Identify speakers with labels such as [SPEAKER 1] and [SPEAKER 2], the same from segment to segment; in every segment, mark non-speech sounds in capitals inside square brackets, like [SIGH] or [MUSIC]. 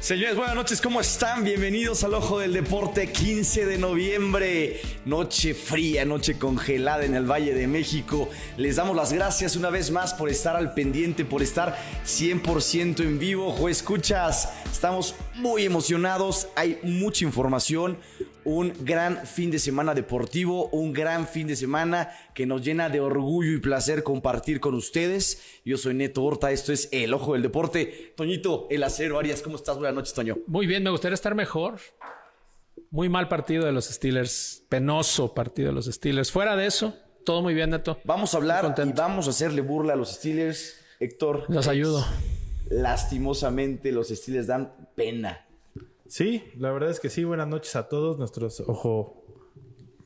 [SPEAKER 1] Señores, buenas noches, ¿cómo están? Bienvenidos al Ojo del Deporte, 15 de noviembre, noche fría, noche congelada en el Valle de México. Les damos las gracias una vez más por estar al pendiente, por estar 100% en vivo. Ojo, escuchas, estamos muy emocionados, hay mucha información, un gran fin de semana deportivo, un gran fin de semana que nos llena de orgullo y placer compartir con ustedes. Yo soy Neto Horta, esto es El Ojo del Deporte. Toñito, el acero Arias, ¿cómo estás? Buenas noches, Toño.
[SPEAKER 2] Muy bien, me gustaría estar mejor. Muy mal partido de los Steelers, penoso partido de los Steelers. Fuera de eso, todo muy bien, Neto.
[SPEAKER 1] Vamos a hablar y vamos a hacerle burla a los Steelers. Héctor.
[SPEAKER 2] Los ayudo.
[SPEAKER 1] Lastimosamente, los Steelers dan pena.
[SPEAKER 3] Sí, la verdad es que sí. Buenas noches a todos nuestros ojo,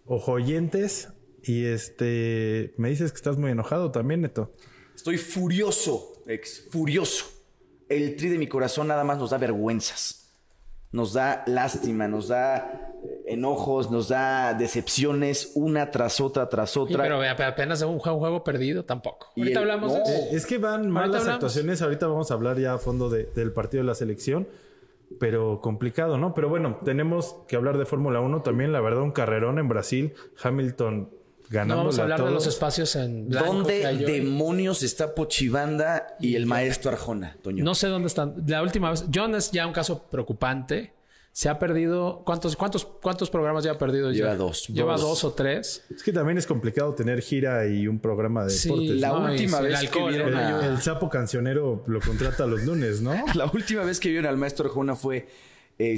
[SPEAKER 3] ojo oyentes. Y este, me dices que estás muy enojado también, Neto.
[SPEAKER 1] Estoy furioso, ex, furioso. El tri de mi corazón nada más nos da vergüenzas, nos da lástima, nos da eh, enojos, nos da decepciones una tras otra tras
[SPEAKER 2] Sí,
[SPEAKER 1] otra.
[SPEAKER 2] pero vea, apenas un juego, un juego perdido tampoco.
[SPEAKER 1] Y
[SPEAKER 2] Ahorita
[SPEAKER 1] el-
[SPEAKER 2] hablamos de
[SPEAKER 1] no.
[SPEAKER 2] eso.
[SPEAKER 1] Eh,
[SPEAKER 3] Es que van mal
[SPEAKER 2] Ahorita
[SPEAKER 3] las
[SPEAKER 2] hablamos.
[SPEAKER 3] actuaciones. Ahorita vamos a hablar ya a fondo de- del partido de la selección. Pero complicado, ¿no? Pero bueno, tenemos que hablar de Fórmula 1 también. La verdad, un carrerón en Brasil. Hamilton ganando.
[SPEAKER 2] No vamos a hablar de los espacios en blanco. que
[SPEAKER 1] ¿Dónde
[SPEAKER 2] hay hoy.
[SPEAKER 1] demonios está Pochibanda y el maestro Arjona, Toño?
[SPEAKER 2] No sé dónde están. La última vez, John es ya un caso preocupante. Se ha perdido. ¿Cuántos, cuántos, cuántos programas ya ha perdido?
[SPEAKER 1] Lleva
[SPEAKER 2] ya?
[SPEAKER 1] dos.
[SPEAKER 2] Lleva
[SPEAKER 1] Dos.
[SPEAKER 2] dos, o tres.
[SPEAKER 3] Es que también es complicado tener gira y un programa de
[SPEAKER 2] Sí,
[SPEAKER 3] deportes.
[SPEAKER 1] la
[SPEAKER 2] no, y
[SPEAKER 1] última
[SPEAKER 2] el
[SPEAKER 1] vez
[SPEAKER 2] alcohol,
[SPEAKER 1] que vieron
[SPEAKER 2] ¿eh?
[SPEAKER 1] a-
[SPEAKER 3] El sapo cancionero lo contrata los lunes, ¿no?
[SPEAKER 1] [LAUGHS] La última vez que vieron al maestro Arjona fue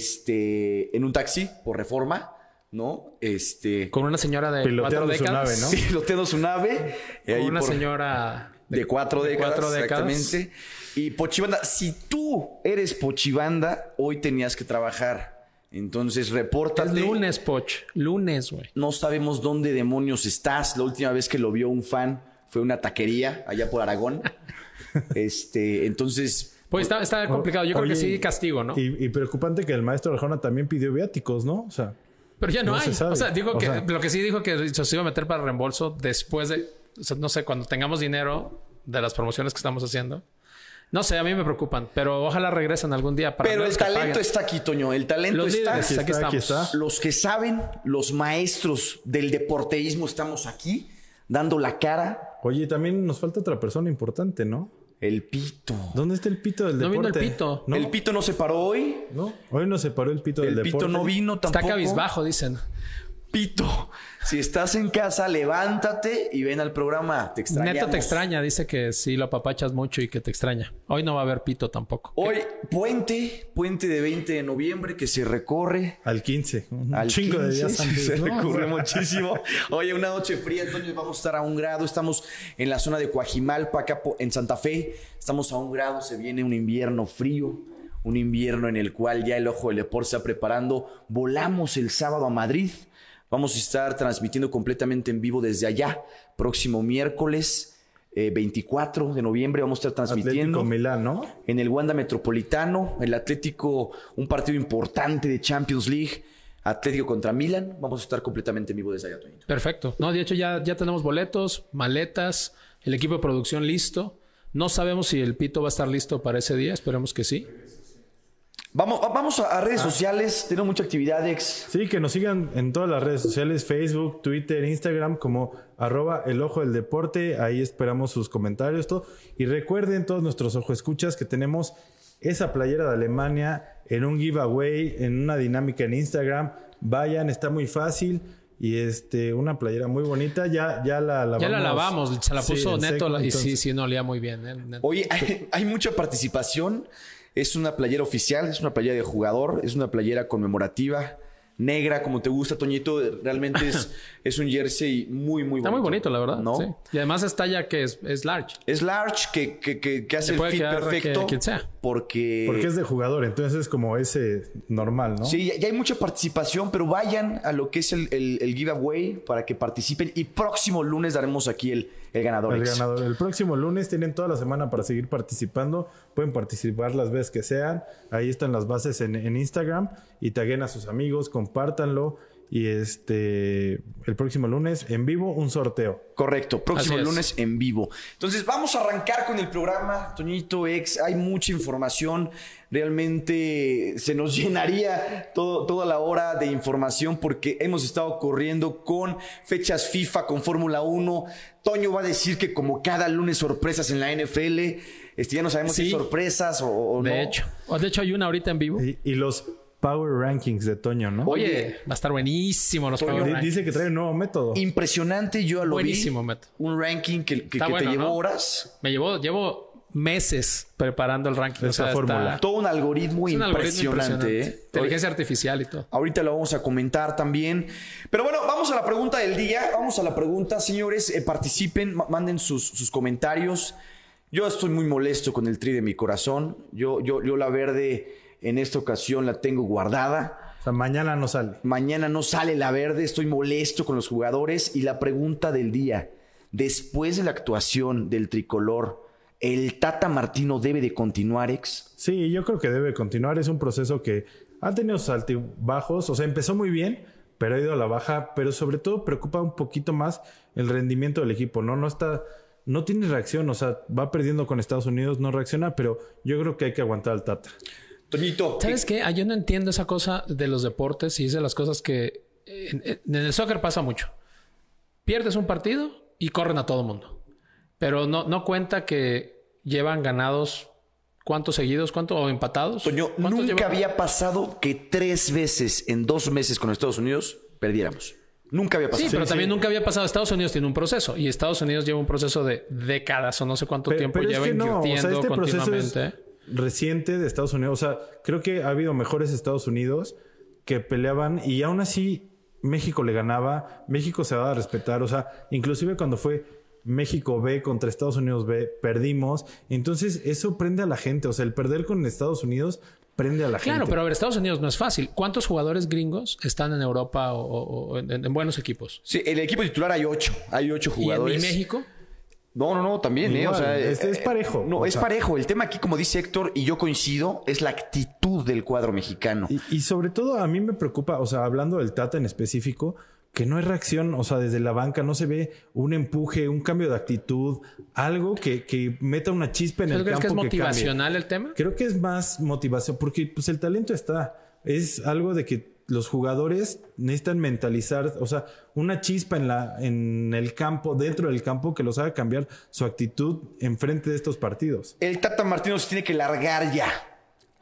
[SPEAKER 1] este, en un taxi por reforma, ¿no? Este,
[SPEAKER 2] Con una señora de
[SPEAKER 3] Piloteando
[SPEAKER 2] cuatro
[SPEAKER 3] su
[SPEAKER 2] décadas.
[SPEAKER 3] nave,
[SPEAKER 1] [LAUGHS]
[SPEAKER 3] ¿no?
[SPEAKER 1] piloteando su nave. y
[SPEAKER 2] Con
[SPEAKER 1] ahí
[SPEAKER 2] una
[SPEAKER 1] por-
[SPEAKER 2] señora
[SPEAKER 1] De cuatro
[SPEAKER 2] de
[SPEAKER 1] décadas.
[SPEAKER 2] cuatro décadas.
[SPEAKER 1] Exactamente. Y Pochibanda, si tú eres Pochibanda, hoy tenías que trabajar. Entonces, repórtate.
[SPEAKER 2] Es lunes, Poch. Lunes, güey.
[SPEAKER 1] No sabemos dónde demonios estás. La última vez que lo vio un fan fue una taquería allá por
[SPEAKER 2] [LAUGHS]
[SPEAKER 1] Aragón. este, entonces,
[SPEAKER 2] Pues está, está complicado. Yo creo que
[SPEAKER 3] Oh, Oye,
[SPEAKER 2] sí, castigo, ¿no?
[SPEAKER 3] Y, y preocupante que el maestro Arjona también pidió viáticos, ¿no? O sea,
[SPEAKER 2] Pero ya no,
[SPEAKER 3] no
[SPEAKER 2] hay.
[SPEAKER 3] se sabe.
[SPEAKER 2] O sea, digo
[SPEAKER 3] O
[SPEAKER 2] que
[SPEAKER 3] sea-
[SPEAKER 2] lo que sí dijo que se iba a meter para reembolso después de, o sea, no sé, cuando tengamos dinero de las promociones que estamos haciendo. No sé, a mí me preocupan, pero ojalá regresen algún día para
[SPEAKER 1] pero
[SPEAKER 2] menos
[SPEAKER 1] el
[SPEAKER 2] que
[SPEAKER 1] talento
[SPEAKER 2] paguen.
[SPEAKER 1] está aquí, Toño. El talento
[SPEAKER 2] Los
[SPEAKER 1] está.
[SPEAKER 2] líderes, aquí
[SPEAKER 3] está, aquí
[SPEAKER 2] estamos.
[SPEAKER 3] está.
[SPEAKER 1] Los que saben, los maestros del deporteísmo, estamos aquí dando la cara.
[SPEAKER 3] oye, también nos falta otra persona importante, ¿no?
[SPEAKER 1] El pito.
[SPEAKER 3] ¿Dónde está el pito del
[SPEAKER 2] No vino
[SPEAKER 3] deporte?
[SPEAKER 2] el pito.
[SPEAKER 3] No,
[SPEAKER 1] El pito no se paró hoy.
[SPEAKER 3] no. Hoy nos separó el pito
[SPEAKER 1] El
[SPEAKER 3] del
[SPEAKER 1] pito
[SPEAKER 3] deporte.
[SPEAKER 1] no vino tampoco.
[SPEAKER 2] Está cabizbajo, dicen.
[SPEAKER 1] Pito, si estás en casa, levántate y ven al programa. Te extrañamos.
[SPEAKER 2] Neto te extraña, dice que sí lo apapachas mucho y que te extraña. Hoy no va a haber pito tampoco.
[SPEAKER 1] Hoy, puente, puente de 20 de noviembre que se recorre.
[SPEAKER 3] Al 15. Un
[SPEAKER 1] Al
[SPEAKER 3] chingo de
[SPEAKER 1] 15,
[SPEAKER 3] días antes,
[SPEAKER 1] se
[SPEAKER 3] ¿no?
[SPEAKER 1] recorre muchísimo. Oye, una noche fría, entonces vamos a estar a un grado. Estamos en la zona de Coajimalpa, acá po- en Santa Fe. Estamos a un grado, se viene un invierno frío. Un invierno en el cual ya el ojo del deporte está preparando. Volamos el sábado a Madrid. Vamos a estar transmitiendo completamente en vivo desde allá. Próximo miércoles eh, 24 de noviembre vamos a estar transmitiendo
[SPEAKER 3] Atlético Milán, ¿no?
[SPEAKER 1] en el Wanda Metropolitano, el Atlético, un partido importante de Champions League, Atlético contra Milan. Vamos a estar completamente en vivo desde allá, Toñito.
[SPEAKER 2] Perfecto. No, de hecho ya, ya tenemos boletos, maletas, el equipo de producción listo. No sabemos si el pito va a estar listo para ese día, esperemos que sí.
[SPEAKER 1] Vamos, vamos a, a redes sociales, tenemos mucha actividad, ex.
[SPEAKER 3] Sí, que nos sigan en todas las redes sociales, Facebook, Twitter, Instagram, como arroba el ojo del deporte. Ahí esperamos sus comentarios, todo. Y recuerden todos nuestros ojo escuchas que tenemos esa playera de Alemania en un giveaway, en una dinámica en Instagram. Vayan, está muy fácil. Y este, una playera muy bonita. Ya, ya la lavamos.
[SPEAKER 2] Ya la lavamos, se la
[SPEAKER 3] Sí,
[SPEAKER 2] puso
[SPEAKER 3] en
[SPEAKER 2] Neto
[SPEAKER 3] seco,
[SPEAKER 2] la- y sí,
[SPEAKER 3] entonces-
[SPEAKER 2] sí, no olía muy bien. ¿eh? Neto.
[SPEAKER 1] Oye, hay, [LAUGHS] hay mucha participación. Es una playera oficial, es una playera de jugador, es una playera conmemorativa, negra, como te gusta, Toñito. Realmente [LAUGHS] es, es un jersey muy, muy bonito.
[SPEAKER 2] Está muy bonito, la verdad.
[SPEAKER 1] ¿No?
[SPEAKER 2] sí. Y además está ya que es, es large.
[SPEAKER 1] Es large, que, que, que, que hace
[SPEAKER 2] Le
[SPEAKER 1] el
[SPEAKER 2] puede
[SPEAKER 1] fit
[SPEAKER 2] quedar que-
[SPEAKER 1] perfecto.
[SPEAKER 2] quien sea.
[SPEAKER 1] Porque,
[SPEAKER 3] Porque es de jugador, entonces es como ese normal, ¿no?
[SPEAKER 1] Sí, ya, ya hay mucha participación, pero vayan a lo que es el, el- el giveaway para que participen. Y próximo lunes daremos aquí el, el ganador.
[SPEAKER 3] El
[SPEAKER 1] Ex.
[SPEAKER 3] ganador. El próximo lunes tienen toda la semana para seguir participando. Pueden participar las veces que sean. Ahí están las bases en, en Instagram. Y taguen a sus amigos, compártanlo. Y este, el próximo lunes en vivo un sorteo.
[SPEAKER 1] Correcto, próximo
[SPEAKER 2] Así es.
[SPEAKER 1] lunes en vivo. Entonces vamos a arrancar con el programa, Toñito Ex. Hay mucha información, realmente se nos [LAUGHS] llenaría todo- toda la hora de información porque hemos estado corriendo con fechas FIFA, con Fórmula 1. Toño va a decir que como cada lunes sorpresas en la NFL, este, ya no sabemos si
[SPEAKER 2] Sí.
[SPEAKER 1] sorpresas o, o
[SPEAKER 2] De
[SPEAKER 1] no.
[SPEAKER 2] hecho, O, de hecho hay una ahorita en vivo.
[SPEAKER 3] Y, y los Power Rankings de Toño, ¿no?
[SPEAKER 2] Oye, va a estar buenísimo los
[SPEAKER 1] Oye,
[SPEAKER 2] Power
[SPEAKER 3] Di-
[SPEAKER 2] Rankings.
[SPEAKER 3] Dice que trae un nuevo método.
[SPEAKER 1] Impresionante, yo ya lo vi.
[SPEAKER 2] Buenísimo, Matt.
[SPEAKER 1] Un ranking que, que-
[SPEAKER 2] Está
[SPEAKER 1] que
[SPEAKER 2] bueno,
[SPEAKER 1] te llevó
[SPEAKER 2] ¿no?
[SPEAKER 1] horas.
[SPEAKER 2] Me llevó, llevo meses preparando el ranking.
[SPEAKER 3] Esa
[SPEAKER 2] está-
[SPEAKER 3] fórmula.
[SPEAKER 1] Todo un algoritmo
[SPEAKER 2] es un algoritmo
[SPEAKER 1] impresionante.
[SPEAKER 2] impresionante.
[SPEAKER 1] ¿eh?
[SPEAKER 2] Inteligencia artificial y todo.
[SPEAKER 1] Ahorita lo vamos a comentar también. Pero bueno, vamos a la pregunta del día. Vamos a la pregunta, señores. Eh, participen, ma- manden sus, sus comentarios. Yo estoy muy molesto con el tri de mi corazón. Yo, yo, yo la verde en esta ocasión la tengo guardada.
[SPEAKER 3] O sea, mañana no sale.
[SPEAKER 1] Mañana no sale la verde. Estoy molesto con los jugadores. Y la pregunta del día. Después de la actuación del tricolor, ¿el Tata Martino debe de continuar, ex?
[SPEAKER 3] Sí, yo creo que debe continuar. Es un proceso que ha tenido sus altibajos. O sea, empezó muy bien, pero ha ido a la baja. Pero sobre todo preocupa un poquito más el rendimiento del equipo, ¿no? No está. No tiene reacción, o sea, va perdiendo con Estados Unidos, no reacciona, pero yo creo que hay que aguantar al Tata.
[SPEAKER 1] Toñito.
[SPEAKER 2] ¿Sabes qué? Ah, Yo no entiendo esa cosa de los deportes y es de las cosas que en, en el soccer pasa mucho. Pierdes un partido y corren a todo mundo. Pero no, no cuenta que llevan ganados cuántos seguidos, cuánto o empatados.
[SPEAKER 1] Toño,
[SPEAKER 2] ¿Cuántos
[SPEAKER 1] nunca
[SPEAKER 2] llevan?
[SPEAKER 1] había pasado que tres veces en dos meses con Estados Unidos perdiéramos. Nunca había
[SPEAKER 2] Sí,
[SPEAKER 1] pasado.
[SPEAKER 2] pero también
[SPEAKER 3] sí.
[SPEAKER 2] nunca había pasado. Estados Unidos tiene un proceso y Estados Unidos lleva un proceso de décadas o no sé cuánto
[SPEAKER 3] Pe-
[SPEAKER 2] tiempo
[SPEAKER 3] pero es
[SPEAKER 2] lleva
[SPEAKER 3] que no, o sea,
[SPEAKER 2] invirtiendo
[SPEAKER 3] este proceso es
[SPEAKER 2] continuamente.
[SPEAKER 3] reciente de Estados Unidos. O sea, creo que ha habido mejores Estados Unidos que peleaban y aún así México le ganaba, México se daba a respetar. O sea, inclusive cuando fue México B contra Estados Unidos B, perdimos. Entonces, eso prende a la gente. O sea, el perder con Estados Unidos prende a la
[SPEAKER 2] Claro,
[SPEAKER 3] gente.
[SPEAKER 2] pero a ver, Estados Unidos no es fácil. ¿Cuántos jugadores gringos están en Europa o, o- o en, en buenos equipos?
[SPEAKER 1] Sí, en el equipo titular hay ocho. Hay ocho
[SPEAKER 2] ¿Y en y
[SPEAKER 1] jugadores.
[SPEAKER 2] México?
[SPEAKER 1] No, no, no, también, ¿eh? O
[SPEAKER 3] Igual,
[SPEAKER 1] sea,
[SPEAKER 3] es- es
[SPEAKER 1] eh,
[SPEAKER 3] parejo.
[SPEAKER 1] No,
[SPEAKER 3] O
[SPEAKER 1] es
[SPEAKER 3] sea-
[SPEAKER 1] parejo. El tema aquí, como dice Héctor, y yo coincido, es la actitud del cuadro mexicano.
[SPEAKER 3] Y, y sobre todo a mí me preocupa, o sea, hablando del Tata en específico, que no hay reacción, o sea, desde la banca no se ve un empuje, un cambio de actitud, algo que, que meta una chispa en
[SPEAKER 2] ¿Tú
[SPEAKER 3] el
[SPEAKER 2] crees
[SPEAKER 3] campo
[SPEAKER 2] que es
[SPEAKER 3] que cambie.
[SPEAKER 2] motivacional el tema?
[SPEAKER 3] Creo que es más motivación, porque pues el talento está. Es algo de que los jugadores necesitan mentalizar, o sea, una chispa en la, en el campo, dentro del campo, que los haga cambiar su actitud enfrente de estos partidos.
[SPEAKER 1] El Tata Martino se tiene que largar ya.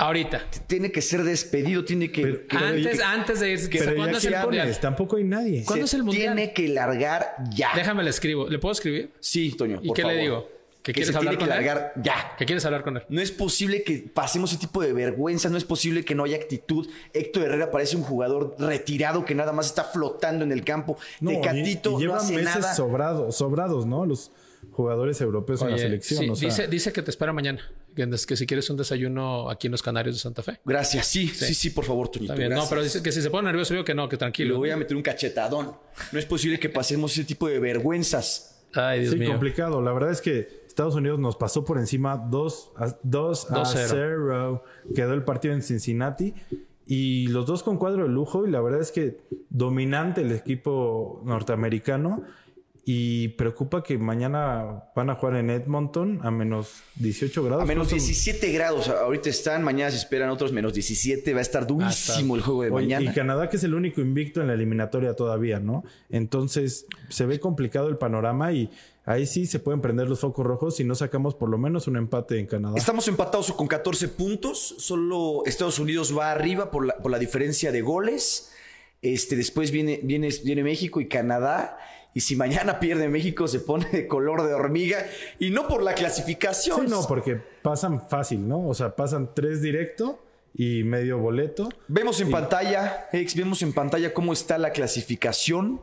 [SPEAKER 2] Ahorita.
[SPEAKER 1] Tiene que ser despedido, tiene que.
[SPEAKER 3] Pero-
[SPEAKER 1] que-
[SPEAKER 2] antes,
[SPEAKER 1] que-
[SPEAKER 2] antes de irse.
[SPEAKER 3] Pero
[SPEAKER 2] ¿Cuándo
[SPEAKER 3] ya
[SPEAKER 2] es
[SPEAKER 3] que
[SPEAKER 2] el mundial?
[SPEAKER 3] pones, tampoco hay nadie.
[SPEAKER 2] ¿Cuándo es
[SPEAKER 1] se
[SPEAKER 2] el mundial?
[SPEAKER 1] Tiene que largar ya.
[SPEAKER 2] Déjame le escribo. ¿Le puedo escribir?
[SPEAKER 1] Sí, Toño.
[SPEAKER 2] ¿Y
[SPEAKER 1] por
[SPEAKER 2] qué le
[SPEAKER 1] favor.
[SPEAKER 2] digo? ¿Que quieres
[SPEAKER 1] se
[SPEAKER 2] hablar
[SPEAKER 1] tiene que
[SPEAKER 2] con él?
[SPEAKER 1] largar ya.
[SPEAKER 2] ¿Qué quieres hablar con él?
[SPEAKER 1] No es posible que pasemos ese tipo de vergüenzas, no es posible que no haya actitud. Héctor Herrera parece un jugador retirado que nada más está flotando en el campo.
[SPEAKER 3] No,
[SPEAKER 1] Tecatito
[SPEAKER 3] y- y
[SPEAKER 1] no
[SPEAKER 3] llevan
[SPEAKER 1] hace
[SPEAKER 3] meses
[SPEAKER 1] nada.
[SPEAKER 3] sobrados, sobrados, ¿no? Los jugadores europeos en la
[SPEAKER 2] Oye,
[SPEAKER 3] selección.
[SPEAKER 2] sí,
[SPEAKER 3] o sea,
[SPEAKER 2] dice, dice que te espera mañana. Que, que si quieres un desayuno aquí en los Canarios de Santa Fe.
[SPEAKER 1] Gracias, sí, sí, sí, por favor, Toñito.
[SPEAKER 2] Está bien. No,
[SPEAKER 1] gracias.
[SPEAKER 2] pero dice que si se pone nervioso, digo que no, que
[SPEAKER 1] Le
[SPEAKER 2] tranquilo.
[SPEAKER 1] voy a meter un cachetadón. No es posible que pasemos ese tipo de vergüenzas.
[SPEAKER 2] Ay, Dios
[SPEAKER 3] sí,
[SPEAKER 2] mío.
[SPEAKER 3] complicado. La verdad es que Estados Unidos nos pasó por encima 2 a, 2 a
[SPEAKER 2] 2-0.
[SPEAKER 3] 0. Quedó el partido en Cincinnati. Y los dos con cuadro de lujo. Y la verdad es que dominante el equipo norteamericano. Y preocupa que mañana van a jugar en Edmonton a menos 18 grados.
[SPEAKER 1] A menos
[SPEAKER 3] Justo-
[SPEAKER 1] 17 grados ahorita están, mañana se esperan otros menos 17. Va a estar durísimo el juego de
[SPEAKER 3] Ah, Oye,
[SPEAKER 1] mañana.
[SPEAKER 3] Y Canadá, que es el único invicto en la eliminatoria todavía, ¿no? Entonces, se ve complicado el panorama y ahí sí se pueden prender los focos rojos si no sacamos por lo menos un empate en Canadá.
[SPEAKER 1] Estamos empatados con 14 puntos. Solo Estados Unidos va arriba por la, por la diferencia de goles. Este, después viene, viene, viene México y Canadá. Y si mañana [LAUGHS] pierde México, se pone de color de hormiga. Y no por la clasificación.
[SPEAKER 3] Sí, no, porque pasan fácil, ¿no? O sea, pasan tres directo y medio boleto.
[SPEAKER 1] Vemos en
[SPEAKER 3] Sí.
[SPEAKER 1] pantalla, ex, vemos en pantalla cómo está la clasificación.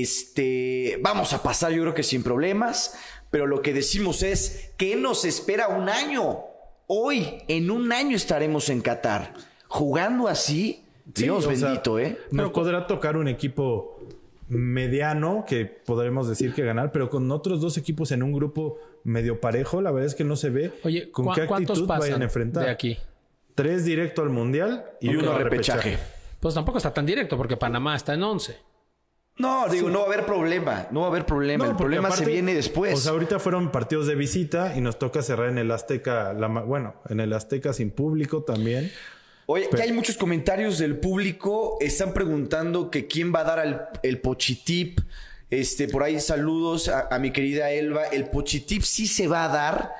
[SPEAKER 1] Este, vamos a pasar, yo creo que sin problemas, pero lo que decimos es que nos espera un año. Hoy, en un año estaremos en Qatar. Jugando así,
[SPEAKER 3] Sí,
[SPEAKER 1] Dios
[SPEAKER 3] o sea,
[SPEAKER 1] bendito, ¿eh?
[SPEAKER 3] Nos podrá tocar un equipo mediano que podremos decir que ganar, pero con otros dos equipos en un grupo medio parejo, la verdad es que no se ve
[SPEAKER 2] Oye,
[SPEAKER 3] con
[SPEAKER 2] ¿cu-
[SPEAKER 3] qué
[SPEAKER 2] ¿cuántos
[SPEAKER 3] actitud vayan
[SPEAKER 2] pasan
[SPEAKER 3] a enfrentar.
[SPEAKER 2] de aquí?
[SPEAKER 3] Tres directo al mundial y
[SPEAKER 1] Y
[SPEAKER 3] uno
[SPEAKER 1] uno
[SPEAKER 3] al
[SPEAKER 1] repechaje.
[SPEAKER 2] Pues tampoco está tan directo porque Panamá está en 11.
[SPEAKER 1] No, digo, no va a haber problema, no va a haber problema.
[SPEAKER 3] No,
[SPEAKER 1] Em, el
[SPEAKER 3] porque
[SPEAKER 1] problema se
[SPEAKER 3] aparte,
[SPEAKER 1] viene después.
[SPEAKER 3] O sea, ahorita fueron partidos de visita y nos toca cerrar en el Azteca, la, ma- bueno, en el Azteca sin público también.
[SPEAKER 1] Oye, ya hay muchos comentarios del público. Están preguntando que quién va a dar al- el pochitip. Este, por ahí saludos a, a mi querida Elba. El pochitip sí se va a dar.